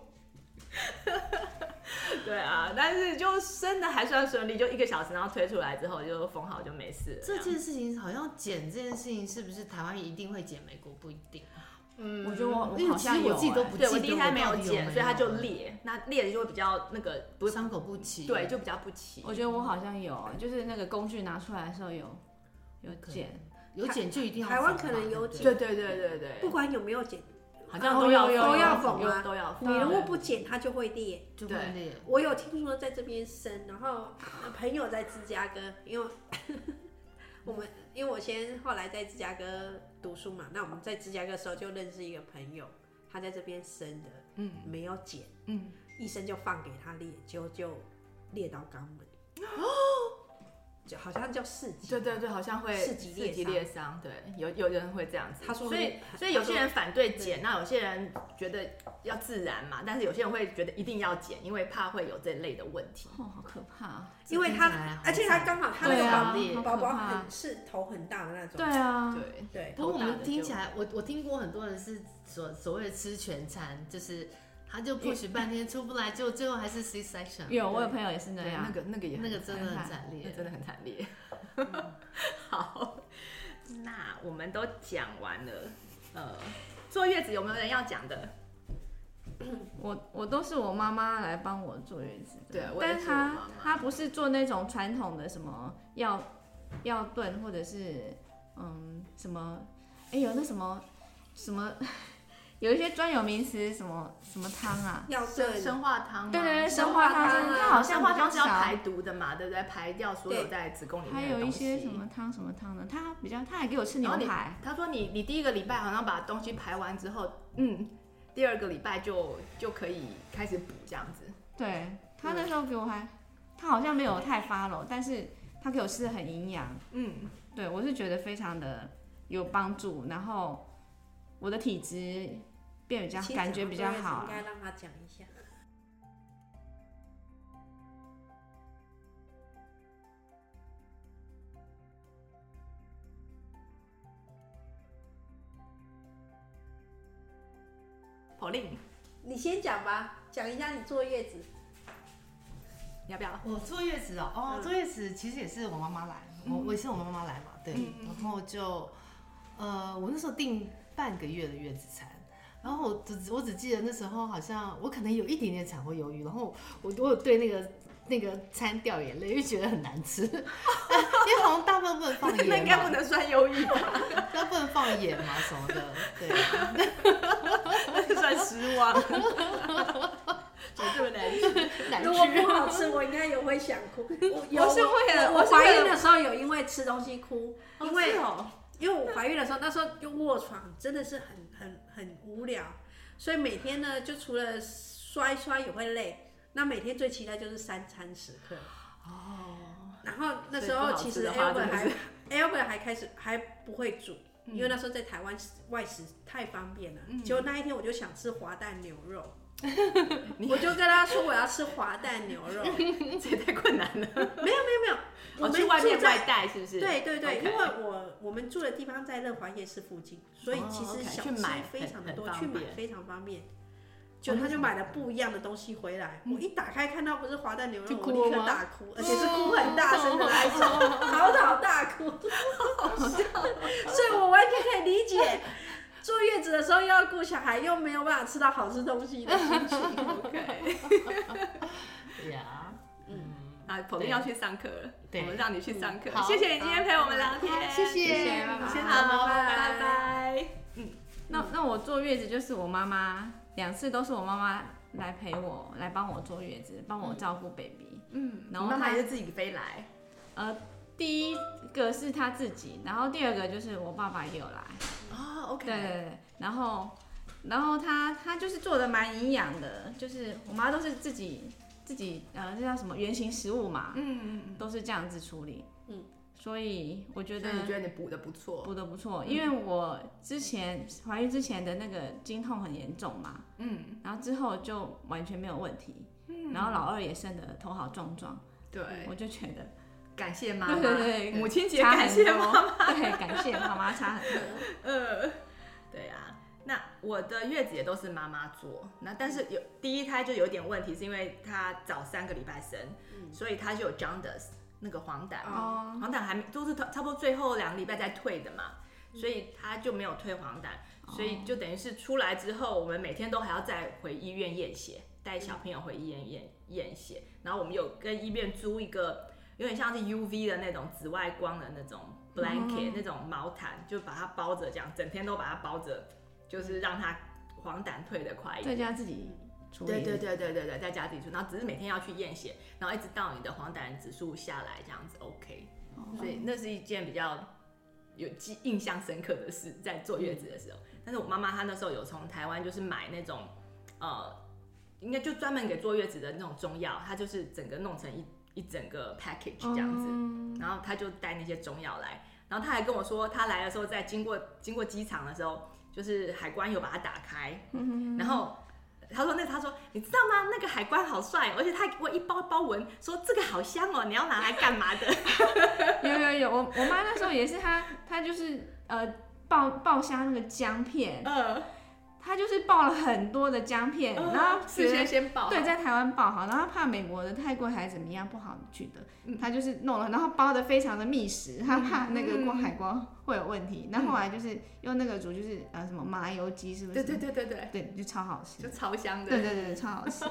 S1: (laughs) 对啊，但是就生的还算顺利，就一个小时，然后推出来之后就缝好就没事了。
S3: 这
S1: 样
S3: 件事情好像剪这件事情是不是台湾一定会剪，美国不一定？啊
S1: 嗯
S2: 我觉得我
S3: 因
S2: 我
S3: 为
S2: 好
S3: 其
S2: 像
S3: 实
S2: 有、
S3: 我自己都
S2: 欸
S3: 不记
S1: 对
S3: 得
S1: 我第一胎没
S3: 到
S1: 有
S3: 底有
S1: 剪，
S3: 没
S1: 所以它就
S3: 有
S1: 裂，那裂的就会比较那个不
S3: 伤口不齐，
S1: 对，就比较不齐。
S2: 我觉得我好像有、欸就是那个工具拿出来的时候有有
S3: 可能
S2: 剪，
S3: 有剪就一定要
S4: 台湾
S3: 缝
S4: 可能
S3: 吧
S4: 有
S3: 对
S4: 剪
S3: 不对
S1: 对对对对对，
S4: 不管有没有剪，
S1: 好像
S2: 哦
S1: 都要
S2: 有有
S1: 缝
S4: 都要缝啊
S1: 有都要缝。
S4: 你如果不剪，它就会裂。
S3: 就会裂。
S4: 我有听说在这边生，然后呃朋友在芝加哥，因为我们因为我先后来在芝加哥读书嘛，那我们在芝加哥的时候就认识一个朋友，他在这边生的，嗯，没有剪，
S1: 嗯，
S4: 医生就放给他裂，结果就裂到肛门，就好像叫四级，
S1: 对对对，好像会
S4: 刺激裂伤
S1: 裂伤，对，有有人会这样子。
S4: 他说
S1: 所以所以有些人反对剪，那有些人觉得要自然嘛，但是有些人会觉得一定要剪，因为怕会有这类的问题。
S2: 哦，好可怕、啊。
S4: 因为
S3: 这听起来
S4: 他
S3: 好，
S4: 而且他刚好他那
S2: 对啊
S4: 个
S3: 好
S2: 好
S3: 裂
S2: 可
S4: 宝宝宝
S2: 怕啊
S4: 很是头很大的那种，
S2: 对啊，
S1: 对，
S4: 对
S3: 不过我
S1: 头大
S3: 们
S1: 的
S3: 听
S1: 就
S3: 起来，我我听过很多人是所所谓的吃全餐，就是他就 push 半天出不来，结果最后还是 C section，
S2: 有我有朋友也是啊那样
S1: 啊那。个那个也
S3: 那
S1: 很
S3: 个真的很惨
S1: 那
S3: 烈。
S1: 真的很惨烈。 (laughs) 好，那我们都讲完了，呃，坐月子有没有人要讲的？
S2: 我我都是我妈妈来帮我坐月子的，
S1: 对啊我也
S2: 但
S1: 是我
S2: 她
S1: 妈妈
S2: 她不是做那种传统的什么药药炖或者是嗯什么，哎、有那什么什么 (laughs) 有一些专有名词什么什么汤啊，
S1: (laughs)
S4: 要
S1: 生
S4: 对
S1: 生化汤吗？
S2: 对对对，
S4: 生
S2: 生
S4: 化
S2: 化汤
S4: 汤
S2: 是，
S4: 啊
S2: 它好像
S1: 生化汤是要
S2: 比较少
S1: 排毒的嘛，对不对？排掉所有
S4: 对
S1: 在子宫里
S2: 还
S1: 面的
S2: 有一
S1: 东西。
S2: 些什么汤什么汤的，她比较她还给我吃牛
S1: 然后你
S2: 排，
S1: 他说你你第一个礼拜好像把东西排完之后，嗯，第二个礼拜就就可以开始补这样子。
S2: 对
S1: 嗯
S2: 她那时候给我还，她好像没有太 follow，但是她给我吃的很营养。
S1: 嗯，
S2: 对我是觉得非常的有帮助，然后我的体质变比较
S4: 其实
S2: 感觉比较
S4: 整个
S2: 好
S4: 应该
S2: 啦。
S4: 让他讲一下。
S1: 口令
S4: 你先讲吧，讲一下你坐月子。
S1: 你要不要？
S3: 我坐月子哦，哦，
S4: 嗯
S3: 坐月子其实也是我妈妈来，我我也是我妈妈来嘛，对，然后就呃，我那时候订半个月的月子餐。然后我只我只记得那时候好像我可能有一点点产后忧郁，然后我我有对那个那个餐掉眼泪，因为觉得很难吃， (laughs) 因为好像大部分不能放盐嘛，
S1: (laughs) 那应该不能算忧郁吧，
S3: 那不能放盐嘛什么的，对啊。
S1: 算失望。怎么这么难吃？
S3: 难
S4: 如果不好吃，我应该也会想
S2: (laughs)
S4: 哭。我有
S2: 我是为了
S4: 我
S2: 我
S4: 我
S2: 是为了
S4: 怀孕的时候有因为吃东西哭，因为、
S1: 哦，
S4: 因为我怀孕的时候那时候就卧床，真的是很很很无聊，所以每天呢就除了刷一刷也会累。那每天最期待就是三餐时刻。哦。然后那时候其实
S1: 所以不好吃的嗯
S4: Albert
S1: 话
S4: 还
S1: 真
S4: Albert 还开始还不会煮，因为那时候在台湾外食太方便了。
S1: 嗯
S4: 结果那一天我就想吃滑蛋牛肉。
S1: (laughs)
S4: 我就跟他说我要吃滑蛋牛
S1: (laughs)
S4: 肉，
S1: 这也太困难了。
S4: 没有没有没有，我
S1: 我
S4: 们
S1: 哦去外面
S4: 住在
S1: 外带是不是？
S4: 对对对
S1: OK
S4: 因为我我们住的地方在乐华夜市附近，所以其实小
S1: 哦，OK，去
S4: 吃
S1: 买
S4: 非常
S1: 很
S4: 多，
S1: 很
S4: 去
S1: 方
S4: 买
S1: 便哦
S4: 非常方便。就他就买了不一样的东西回来，
S1: 嗯
S4: 我一打开看到不是滑蛋牛
S3: 就
S4: 肉，
S3: 哭
S4: 我
S3: 了
S4: 立刻
S3: 吗
S4: 大哭，而且是哭很大声的那一种，
S1: 哦
S4: 嚎啕大哭，所以我完全可以理解坐月子的时候又要顾小孩，又没有办法吃到好吃东西的心情。
S3: 呀，嗯，
S1: 啊，口令要去上课了，
S3: 对
S1: 我们让你去上课
S3: 嗯。好
S1: 谢谢你今天陪我们聊天，
S3: 嗯谢谢，
S2: 拜拜
S1: 先
S4: 好
S1: 好，
S4: 拜拜
S1: 拜拜。
S2: 那
S4: 嗯
S2: 那我坐月子就是我妈妈两次都是我妈妈来陪我来帮我坐月子，帮我照顾 baby。
S1: 嗯，
S2: 然后
S1: 你妈妈
S2: 她
S1: 也是自己飞来，
S2: 呃，第一个是她自己，然后第二个就是我爸爸也有来。
S1: (laughs) 哦
S2: 对对对对，然后然后她她就是做的蛮营养的，就是我妈都是自己自己呃，这叫什么原型食物嘛？
S1: 嗯嗯嗯，
S2: 都是这样子处理。
S4: 嗯，
S2: 所以我
S1: 嗯
S2: 觉
S5: 所以你
S2: 得
S5: 觉得你补的不错，
S2: 补的不错，因为我之前怀孕之前的那个经痛很严重嘛，嗯，然后之后就完全没有问题，嗯，然后老二也生得头好壮壮，
S5: 对，
S2: 我就觉得
S5: 感谢妈
S2: 对
S5: 妈，
S2: 对对，
S5: 母亲节
S2: 差
S5: 感
S2: 很
S5: 谢
S2: 多
S5: 妈妈。，
S2: 对，感谢妈妈差很多，
S1: 呃，对啊，那我的月子也都是妈妈做，那但是有第一胎就有点问题，是因为她早三个礼拜生，
S5: 嗯
S1: 所以她就有 jaundice 那个黄疸，
S2: 哦
S1: 黄疸还没都是差不多最后两个礼拜才退的嘛，所以她就没有退黄疸，所以就等于是出来之后，我们每天都还要再回医院验血，带小朋友回医院验验血，然后我们有跟医院租一个。有点像是 UV 的那种紫外光的那种 blanket、那种毛毯，就把它包着，这样整天都把它包着，就是让它黄疸退得快一
S2: 在
S1: 点。
S2: 家自己处理，
S1: 对对对对对对，在家自己住，然后只是每天要去验血，然后一直到你的黄疸指数下来这样子 OK。所以那是一件比较有记印象深刻的事，在坐月子的时候。但是我妈妈她那时候有从台湾就是买那种呃，应该就专门给坐月子的那种中药，她就是整个弄成一一整个 package 这样子，
S2: 哦
S1: 然后她就带那些中药来，然后她还跟我说，她来的时候在经过经过机场的时候，就是海关有把它打开，
S4: 嗯
S1: 然后。她说：“那她说，你知道吗？那个海关好帅哦，而且他给我一包一包闻，说这个好香哦，你要拿来干嘛的？ (laughs)
S2: 哦有有有，我我妈那时候也是，她她就是呃爆爆虾那个姜片，
S1: 嗯，
S2: 她就是爆了很多的姜片，然后
S5: 事
S2: 觉
S5: 先
S2: 得
S5: 先报，
S2: 对，在台湾爆好，然后怕美国的太贵还是怎么样不好取得，她就是弄了，然后包的非常的密实，她怕那个过海关会有问题。那后来就是用那个煮，就是呃什么麻油鸡是不是？
S5: 对对对对对，
S2: 对就超好吃
S5: 就，超香
S2: 对
S5: 的。
S2: 对对，超好吃。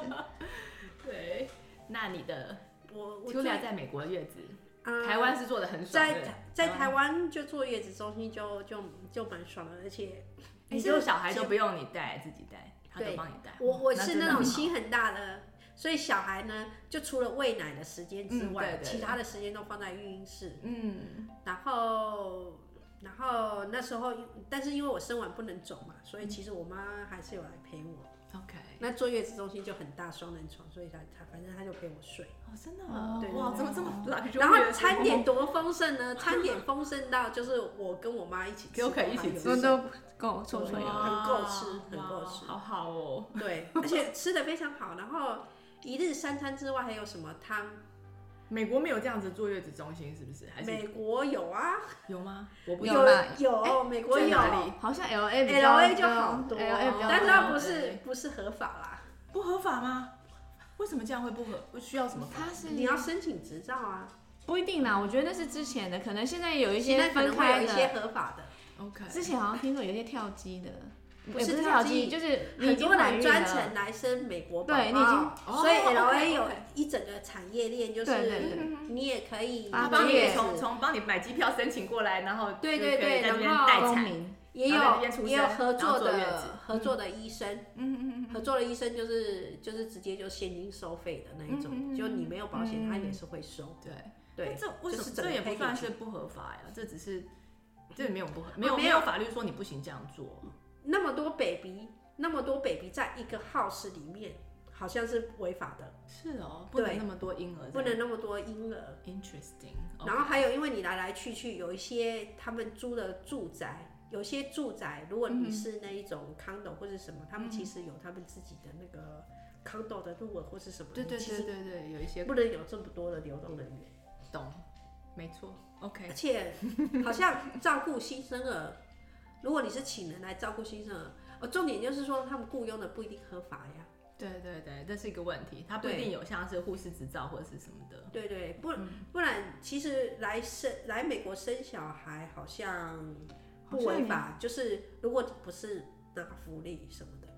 S1: 对，那你的
S4: 我我
S1: 秋
S4: 最
S1: 雅在美国的月子，
S4: 呃
S1: 台湾是做的很爽
S4: 在
S1: 的。
S4: 在台湾就坐月子中心就就就蛮爽的，而且
S1: 你
S4: 你
S1: 就
S4: 就
S1: 小孩都不用你带，自己带，他都帮你带。
S4: 我我
S1: 那
S4: 是
S1: 真的
S4: 那种
S1: 很好
S4: 心很大的，所以小孩呢，就除了喂奶的时间之
S1: 嗯
S4: 外，
S1: 对对
S4: 其
S1: 对
S4: 他的时间都放在育婴室。
S1: 嗯，
S4: 然后，然后那时候，但是因为我生完不能走嘛，所以其实我妈还是有来陪我。
S1: OK，
S4: 那坐月子中心就很大双人床，所以她她反正她就陪我睡。
S1: 哦，真的
S2: 哦对
S1: 哇，
S2: 对
S1: 怎么这么 luxury？
S4: 然后餐点多丰盛呢？餐点丰盛到就是我跟我妈
S1: (laughs)
S4: 一起吃，
S1: 都可以一起
S4: 我
S1: 吃
S2: 都
S4: 妈也
S2: 都够绰
S4: 对
S2: 绰有
S4: 啊
S2: 余。
S4: 很够吃很够吃
S1: 好好哦。
S4: 对，而且吃的非常好。然后一日三餐之外还有什么汤？
S1: 美国没有这样子坐月子中心，是不是？还是
S4: 美国有啊，
S1: 有吗？我不
S2: 有
S1: 知道
S2: 啦哎
S4: 有美国有
S1: 哪里
S2: 好像 L A 比
S4: L
S2: 较
S4: A 就好多，
S2: ，L A 比较
S4: 但是它
S2: 多
S1: 对
S4: 不是
S1: 对
S4: 不是合法啦，
S1: 不合法吗？为什么这样会不合？不需要什么法？
S2: 它是
S4: 你要申请执照啊。
S2: 不一定啦，我觉得那是之前的，可能现在有一些
S4: 现在可
S2: 分
S4: 能会有
S2: 开
S4: 一些
S2: 的。
S4: 合法的，
S1: OK，
S2: 之前好像听说有一些跳机的，嗯也不是
S4: 是
S2: 跳
S4: 跳机
S2: 机，就是你已
S4: 很
S2: 经
S4: 多
S2: 怀
S4: 人
S2: 孕
S4: 专
S2: 了。
S4: 程来生美国宝宝，
S2: 对你已经哦
S4: 所以 L
S1: OK，OK
S4: A 有一整个产业链，就
S2: 对对
S4: 是
S2: 对
S4: 你也可以
S2: 八
S1: 他
S2: 啊
S1: 帮
S2: 月
S1: 你
S2: 子
S1: 从从帮你买机票申请过来，然后
S4: 对
S1: 就
S4: 对
S1: 可以
S4: 对
S1: 在这边
S4: 然后
S1: 待
S2: 公
S1: 产。
S2: 民，
S4: 也
S1: 然后在那边
S4: 有
S1: 出
S4: 也有
S1: 生
S4: 合作
S1: 然后坐月子
S4: 的合作的医生，嗯嗯，合作的医生就是就是直接就现金收费的那一
S1: 嗯
S4: 种，就你没有保险，他也是会收，
S1: 对，
S4: 对
S1: 那，这为什
S4: 就
S1: 么
S4: 是整
S1: 这
S4: 个
S1: 也不
S4: package
S1: 算是不合法呀？这只是这也没有不合，没
S4: 啊
S1: 有
S4: 没
S1: 没
S4: 有
S1: 有法律说你不行这样做。
S4: 那么多 baby，那么多 baby 在一个 house 里面，好像是违法的，
S1: 是哦，哦不
S4: 对
S1: 能那么多婴儿，
S4: 不能那么多婴儿。
S1: interesting。
S4: 然后还有，因为你来来去去，有一些他们租的住宅，有些住宅，如果
S1: 嗯
S4: 你是那一种 condo 或是什么，他们其实有他们自己的那个 condo 的入文或是什么，
S3: 对对
S4: 你其
S3: 对
S4: 实
S3: 对对，有一些
S4: 不能有这么多的流动人员，
S1: 懂，没错。OK，
S4: 而且好像照顾新生儿，如果你是请人来照顾新生儿，呃，重点就是说他们雇佣的不一定合法呀。
S1: 对对对，这是一个问题，它不
S4: 对
S1: 一定有像是护士执照或者是什么的。
S4: 对对，不、
S1: 嗯
S4: 不然，其实来生来美国生小孩好像不违法，就是如果不是拿福利什么的，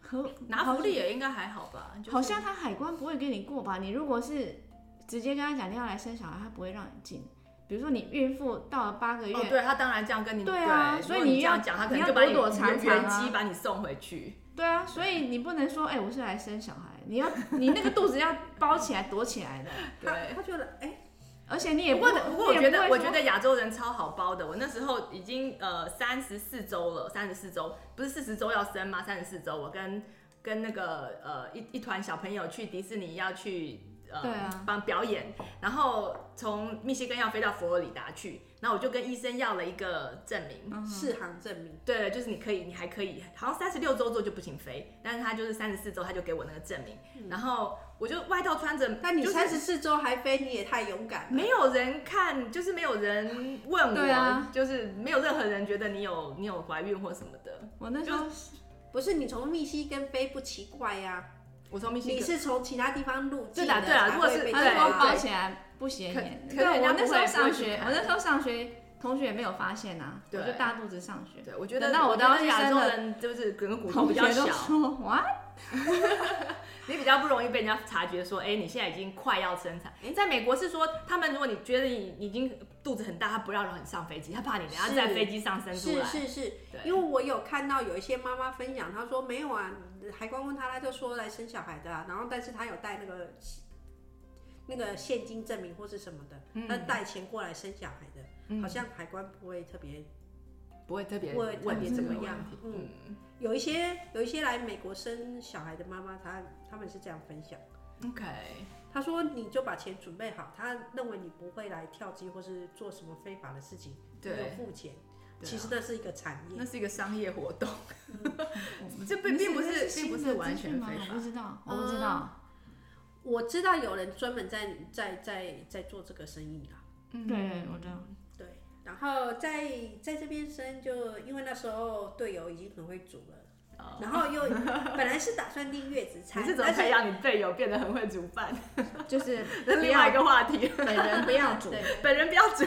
S2: 和
S1: 拿福利也应该还好吧？就是
S2: 嗯好像他海关不会给你过吧？你如果是直接跟他讲你要来生小孩，他不会让你进。比如说你孕妇到了八个月，
S1: 哦，对他当然这样跟你
S2: 对啊
S1: 对
S2: 所以
S1: 如果你
S2: 你
S1: 这样
S2: 要
S1: 讲，他可
S2: 你
S1: 能
S2: 要
S1: 就把你
S2: 躲躲藏
S1: 原
S2: 藏
S1: 原
S2: 啊
S1: 机把你送回去。
S2: 对啊，所以你不能说哎、我是来生小孩，你要你那个肚子要包起来躲起
S4: (laughs)
S2: 来的，
S4: 他
S1: 对。
S4: 他觉得哎、
S2: 而且你也
S1: 不
S2: 不
S1: 过，不过我
S2: 你也
S1: 觉得，
S2: 不会
S1: 我
S2: 说
S1: 觉得亚洲人超好包的。我那时候已经呃三十四周了，三十四周不是四十周要生吗？三十四周，我跟跟那个呃一一团小朋友去迪士尼，要去呃
S2: 对啊
S1: 帮表演，然后从密歇根要飞到佛罗里达去，然后我就跟医生要了一个证
S2: 嗯
S1: 明，
S4: 四行证明，
S1: 对，就是你可以，你还可以，好像三十六周之后就不行飞，但是他就是三十四周他就给我那个证明，
S2: 嗯
S1: 然后我就外套穿着，
S4: 但你
S1: 就是
S4: 三十四周还飞，你也太勇敢了。
S1: 没有人看，就是没有人问
S2: 对
S1: 我，
S2: 啊
S1: 就是没有任何人觉得你有你有怀孕或什么的。
S2: 我那时候
S4: 不是你从密西根飞不奇怪呀、
S1: 我从密歇
S4: 你
S1: 根，
S4: 是从其他地方入境
S1: 对啦
S4: 的
S1: 对啦
S4: 才
S1: 如果
S4: 会
S1: 是
S4: 被
S2: 他
S1: 对
S2: 就
S4: 抓啊
S2: 说
S4: 到
S2: 包起来不显眼。
S1: 可可
S2: 对，
S1: 人
S2: 我
S1: 家
S2: 那时
S1: 不
S2: 候
S1: 会不
S2: 上
S1: 会去
S2: 学，
S1: 看
S2: 我那时候上学，同学没有发现啊，我
S1: 对
S2: 就大肚子上学。
S1: 对我觉得
S2: 等到我
S1: 我当
S2: 当医
S1: 亚
S2: 生
S1: 洲
S2: 了
S1: 人就是可能骨头
S2: 同
S1: 比
S2: 学
S1: 较
S2: 都
S1: 小，
S2: 说哇，
S1: 你比较不容易被人家察觉说，哎、你现在已经快要生产。在美国是说，他们如果你觉得你已经肚子很大，他不要让你上飞机，他怕你等下
S4: 是
S1: 在飞机上生出
S4: 是
S1: 来。
S4: 是是，
S1: 对
S4: 因为我有看到有一些妈妈分享，她说没有啊，海关问她，她就说来生小孩的、啊，然后但是她有带那个那个现金证明或是什么的，
S1: 嗯
S4: 她带钱过来生小孩的，好像海关不会特别
S1: 不会特嗯别
S4: 不会特
S1: 问
S4: 别
S1: 你这
S4: 怎
S1: 个
S4: 么
S1: 问
S4: 样
S1: 题。，
S4: 嗯，有一些有一些来美国生小孩的妈妈，她她们是这样分享，
S1: OK，
S4: 她说你就把钱准备好，她认为你不会来跳机或是做什么非法的事情，
S1: 对
S4: 没有付钱，
S1: 对啊
S4: 其实那是一个产业
S1: 那。是一个商业活动，这
S2: 那
S1: 并并不
S2: 那
S1: 是并
S2: 新
S1: 不
S2: 的
S1: 是完
S2: 资讯
S1: 全
S2: 吗
S1: 非法
S2: 我
S1: 哦
S2: 不。知道，我不知道。
S4: 我知道有人专门在在在在做这个生意啦，
S2: 对，我知道。
S1: (laughs)
S4: 对。然后在在这边生就，因为那时候队友已经很会煮了，然后 (laughs) 又本来是打算订月子
S1: 你
S4: 餐
S1: 是，怎么
S4: 但
S1: 培
S4: 哦是
S1: 养你队友变得很会煮饭？
S2: 就是
S1: 这是另外一个话题。
S2: 本
S1: (laughs)
S2: 人不要煮，
S4: 对，
S1: 本人不要煮，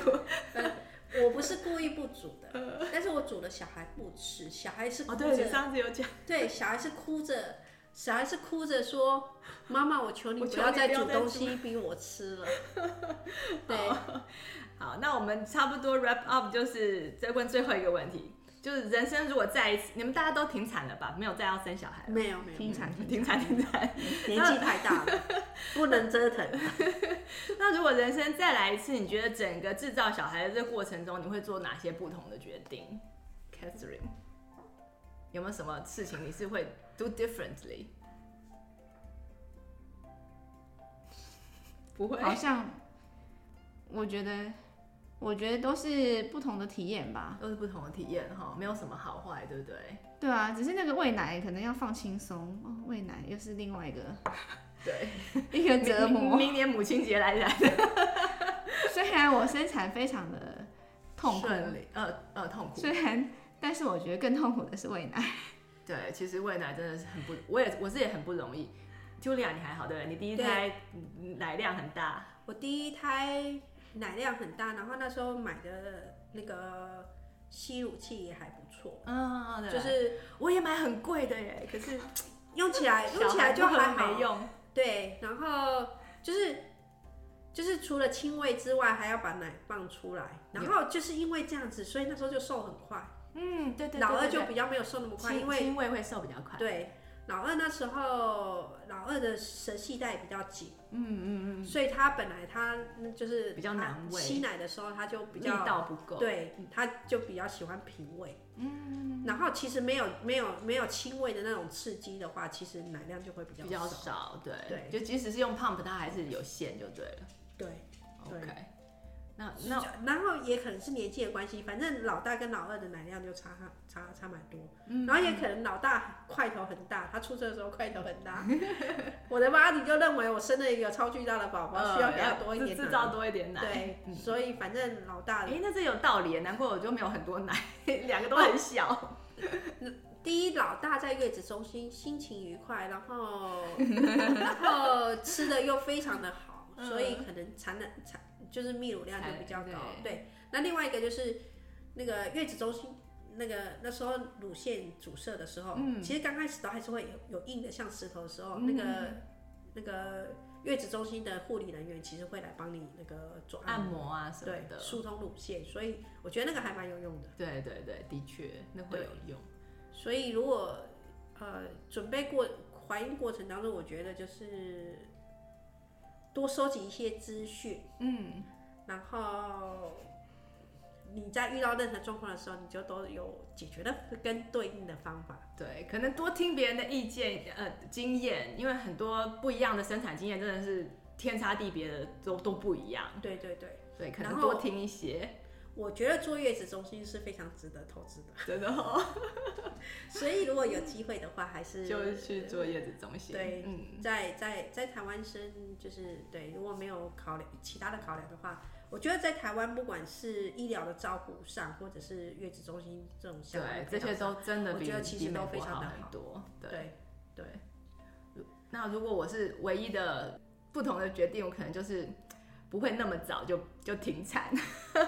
S4: 我不是故意不煮 (laughs) 的，但是我煮了小孩不吃，小孩是哭
S1: 哦，
S4: 着，
S1: 对，你上次有讲，
S4: 对，小孩是哭着，小孩是哭着说：“妈妈，我求你
S1: 我
S4: 不
S1: 求
S4: 要
S1: 你
S4: 再
S1: 不要
S4: 煮哦
S1: 再
S4: 东
S1: 煮
S4: 西逼我吃了。” (laughs) 对，
S1: 好，那我们差不多 wrap up，就是再问最后一个问题，就是人生如果再一次，你们大家都停产了吧？没有再要生小孩了，
S4: 没有没
S1: (laughs)
S4: 有，
S2: 停产停
S1: 停产停产。
S4: 年纪太大 (laughs) 了，不能折腾。
S1: (laughs) 那如果人生再来一次，你觉得整个制造小孩的这过程中，你会做哪些不同的决定？Catherine，有没有什么事情你是会 do differently？不会，
S2: 好像我觉得，我觉得都是不同的体验吧。
S1: 都是不同的体验哈，没有什么好坏，对不对？
S2: 对啊，只是那个喂奶可能要放轻松，哦，喂奶又是另外一个 (laughs)
S1: 对，
S2: 一个 (laughs) 折
S1: 明
S2: 磨。
S1: 明年母亲节来来
S2: (laughs) 虽然我生产非常的痛苦，
S1: 顺利，呃呃痛苦。
S2: 虽然但是我觉得更痛苦的是喂奶。
S1: 对，其实喂奶真的是很不，我也我是也很不容易。Julia，你还好对不对？你第一
S4: 对
S1: 胎嗯奶量很大，
S4: 我第一胎奶量很大，然后那时候买的那个吸乳器也还不错，
S1: 嗯，
S4: 就
S1: 就是
S4: 是
S1: 我也买很贵的耶，可是
S4: 用起来用
S1: 小
S4: 起
S1: 孩
S4: 来就
S1: 不喝
S4: 还好
S1: 没。用。
S4: 对，然后就是就是除了亲喂之外，还要把奶放出来。然后就是因为这样子，所以那时候就瘦很快。
S1: 嗯，对对
S4: 老二就比较没有瘦那么快，
S1: 亲
S4: 因为
S1: 亲喂会瘦比较快。
S4: 对老二那时候老二的舌系带比较紧，嗯嗯嗯，所以他本来他嗯就是
S1: 比较
S4: 他
S1: 难喂
S4: 吸奶的时候他就比
S1: 力
S4: 较
S1: 道不够，
S4: 对，他就比较喜欢平胃。嗯，然后其实没有没有没有轻微的那种刺激的话，其实奶量就会比较
S1: 比较
S4: 少。
S1: 少，对
S4: 对
S1: 就即使是用 pump，它还是有限就对了。
S4: 对，对
S1: OK，那
S4: 那
S1: 那
S4: 然后也可能是年纪的关系，反正老大跟老二的奶量就差差差蛮多。
S1: 嗯
S4: 然后也可能老大块头很大，他出生的时候块头很大，我的妈，你就认为我生了一个超巨大的宝宝，需要给他多一点
S1: 制
S4: 奶。
S1: 呃造多一点奶。
S4: 对，所以反正老大
S1: 哎、那这有道理耶，难怪我就没有很多奶， (laughs) 两个都很小。
S4: 第一，老大在月子中心心情愉快，然
S1: (laughs)
S4: 后然后吃的又非常的好，
S1: 嗯
S4: 所以可能产奶产就是泌乳量就比较高
S1: 产。
S4: 对，那另外一个就是那个月子中心。那个那时候乳腺阻塞的时候，
S1: 嗯
S4: 其实刚开始都还是会有有硬的像石头的时候，那个那个月子中心的护理人员其实会来帮你那个做按
S1: 按
S4: 摩，
S1: 摩啊什么
S4: 对，
S1: 的，
S4: 疏通乳腺，所以我觉得那个还蛮有用的。
S1: 对对对，的确那会
S4: 对
S1: 有用。
S4: 所以如果呃准备过怀孕过程当中，我觉得就是多收集一些资讯，
S1: 嗯，
S4: 然后你在遇到任何状况的时候，你就都有解决的跟对应的方法。
S1: 对，可能多听别人的意见，呃，经验，因为很多不一样的生产经验真的是天差地别的都都不一样。
S4: 对对对，
S5: 对，可能
S4: 然后
S5: 多听一
S4: (laughs)
S5: 些。
S4: 我觉得坐月子中心是非常值得投资的，
S5: 真的哦，
S4: 所以如果有机会的话，还是
S5: 就是去坐月子中心。
S4: 对
S5: 嗯，
S4: 在在在台湾生，就是对，如果没有考量其他的考量的话，我觉得在台湾不管是医疗的照顾上，或者是月子中心这种相
S5: 对
S4: 关的，
S5: 这些
S4: 配套
S5: 都真的
S4: 我
S5: 比
S4: 觉得其实
S5: 比美
S4: 都非
S5: 国
S4: 常
S5: 好
S4: 的
S5: 很
S4: 好
S5: 多。对
S4: 上对
S5: 对。如那如果我是唯一的不同的决定，我可能就是不会那么早就就停产，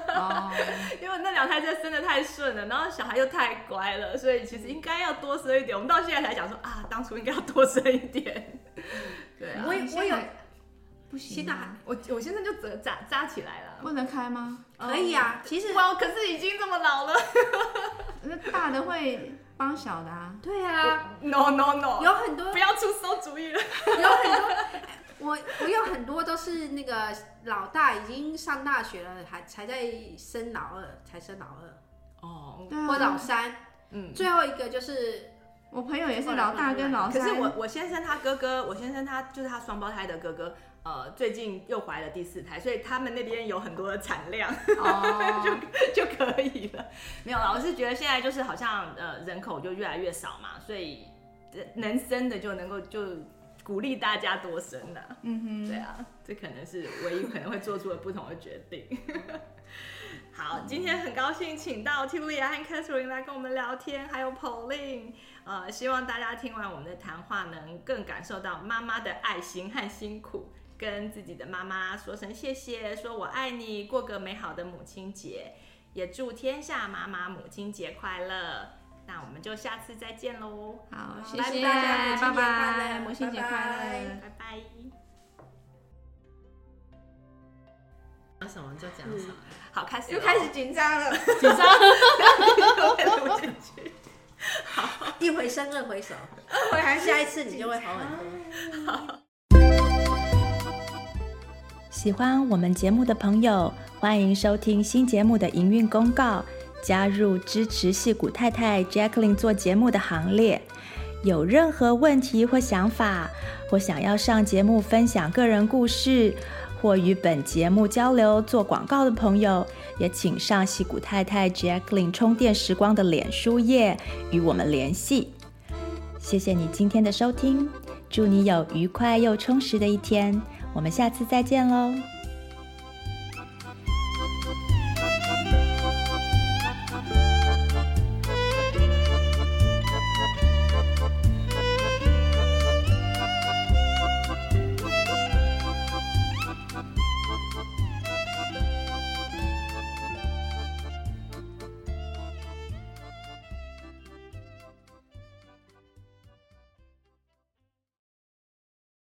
S3: 哦，
S1: (laughs) 因为那两胎真的生的太顺了，然后小孩又太乖了，所以其实应该要多生一点。我们到现在才想说啊，当初应该要多生一点。对啊，嗯
S4: 我有我有
S6: 不
S4: 现
S6: 行
S4: 在
S6: 啊，
S4: 还
S5: 我我现在就扎扎扎起来了。
S2: 不能开吗？
S4: 可以啊，其实
S1: 哇，可是已经这么老了。
S2: 那大的会帮小的啊。
S4: 对啊，
S1: No no no，
S4: 有很多
S1: 不要出馊主意了。
S4: 有很多，我我有很多都是那个老大已经上大学了，还才在生老二，才生老二
S1: 哦，
S2: 对啊，
S4: 或老三，
S1: 嗯。
S4: 最后一个就是
S2: 我朋友也是老大跟老
S1: 可
S2: 三，
S1: 是我我先生他哥哥，我先生他就是他双胞胎的哥哥，呃，最近又怀了第四胎，所以他们那边有很多的产量
S2: 哦，
S1: 就可以了。没有啦，我是觉得现在就是好像呃人口就越来越少嘛，所以呃能生的就能够就鼓励大家多生啦、
S2: 嗯
S1: 对
S2: 哼，
S1: 啊，这可能是唯一可能会做出的不同的决定。 (laughs) 好，今天很高兴请到 Tilia 和 Catherine 来跟我们聊天，还有 Pauline。呃，希望大家听完我们的谈话，能更感受到妈妈的爱心和辛苦，跟自己的妈妈说声谢谢，说我爱你，过个美好的母亲节。也祝天下妈妈母亲节快乐！那我们就下次再见喽，
S2: 好，谢
S4: 拜
S2: 谢，
S4: 拜
S2: 拜拜，
S4: 母
S2: 母
S4: 亲
S2: 亲
S4: 节
S2: 节
S4: 快乐
S2: 快
S4: 拜
S2: 乐
S4: 拜。
S1: 拜拜。
S3: 讲什么就讲什么，
S1: 好，开始
S2: 又
S1: 咯
S2: 开始紧张了，
S3: 紧
S4: (laughs)
S3: 张。
S4: 一回生二回熟，二回还 (laughs) 下一次你就会好很多。
S6: 喜欢我们节目的朋友，欢迎收听新节目的营运公告，加入支持戏骨太太 Jacqueline 做节目的行列。有任何问题或想法，或想要上节目分享个人故事，或与本节目交流做广告的朋友，也请上戏骨太太 Jacqueline 充电时光的脸书页与我们联系。谢谢你今天的收听，祝你有愉快又充实的一天。我们下次再见喽。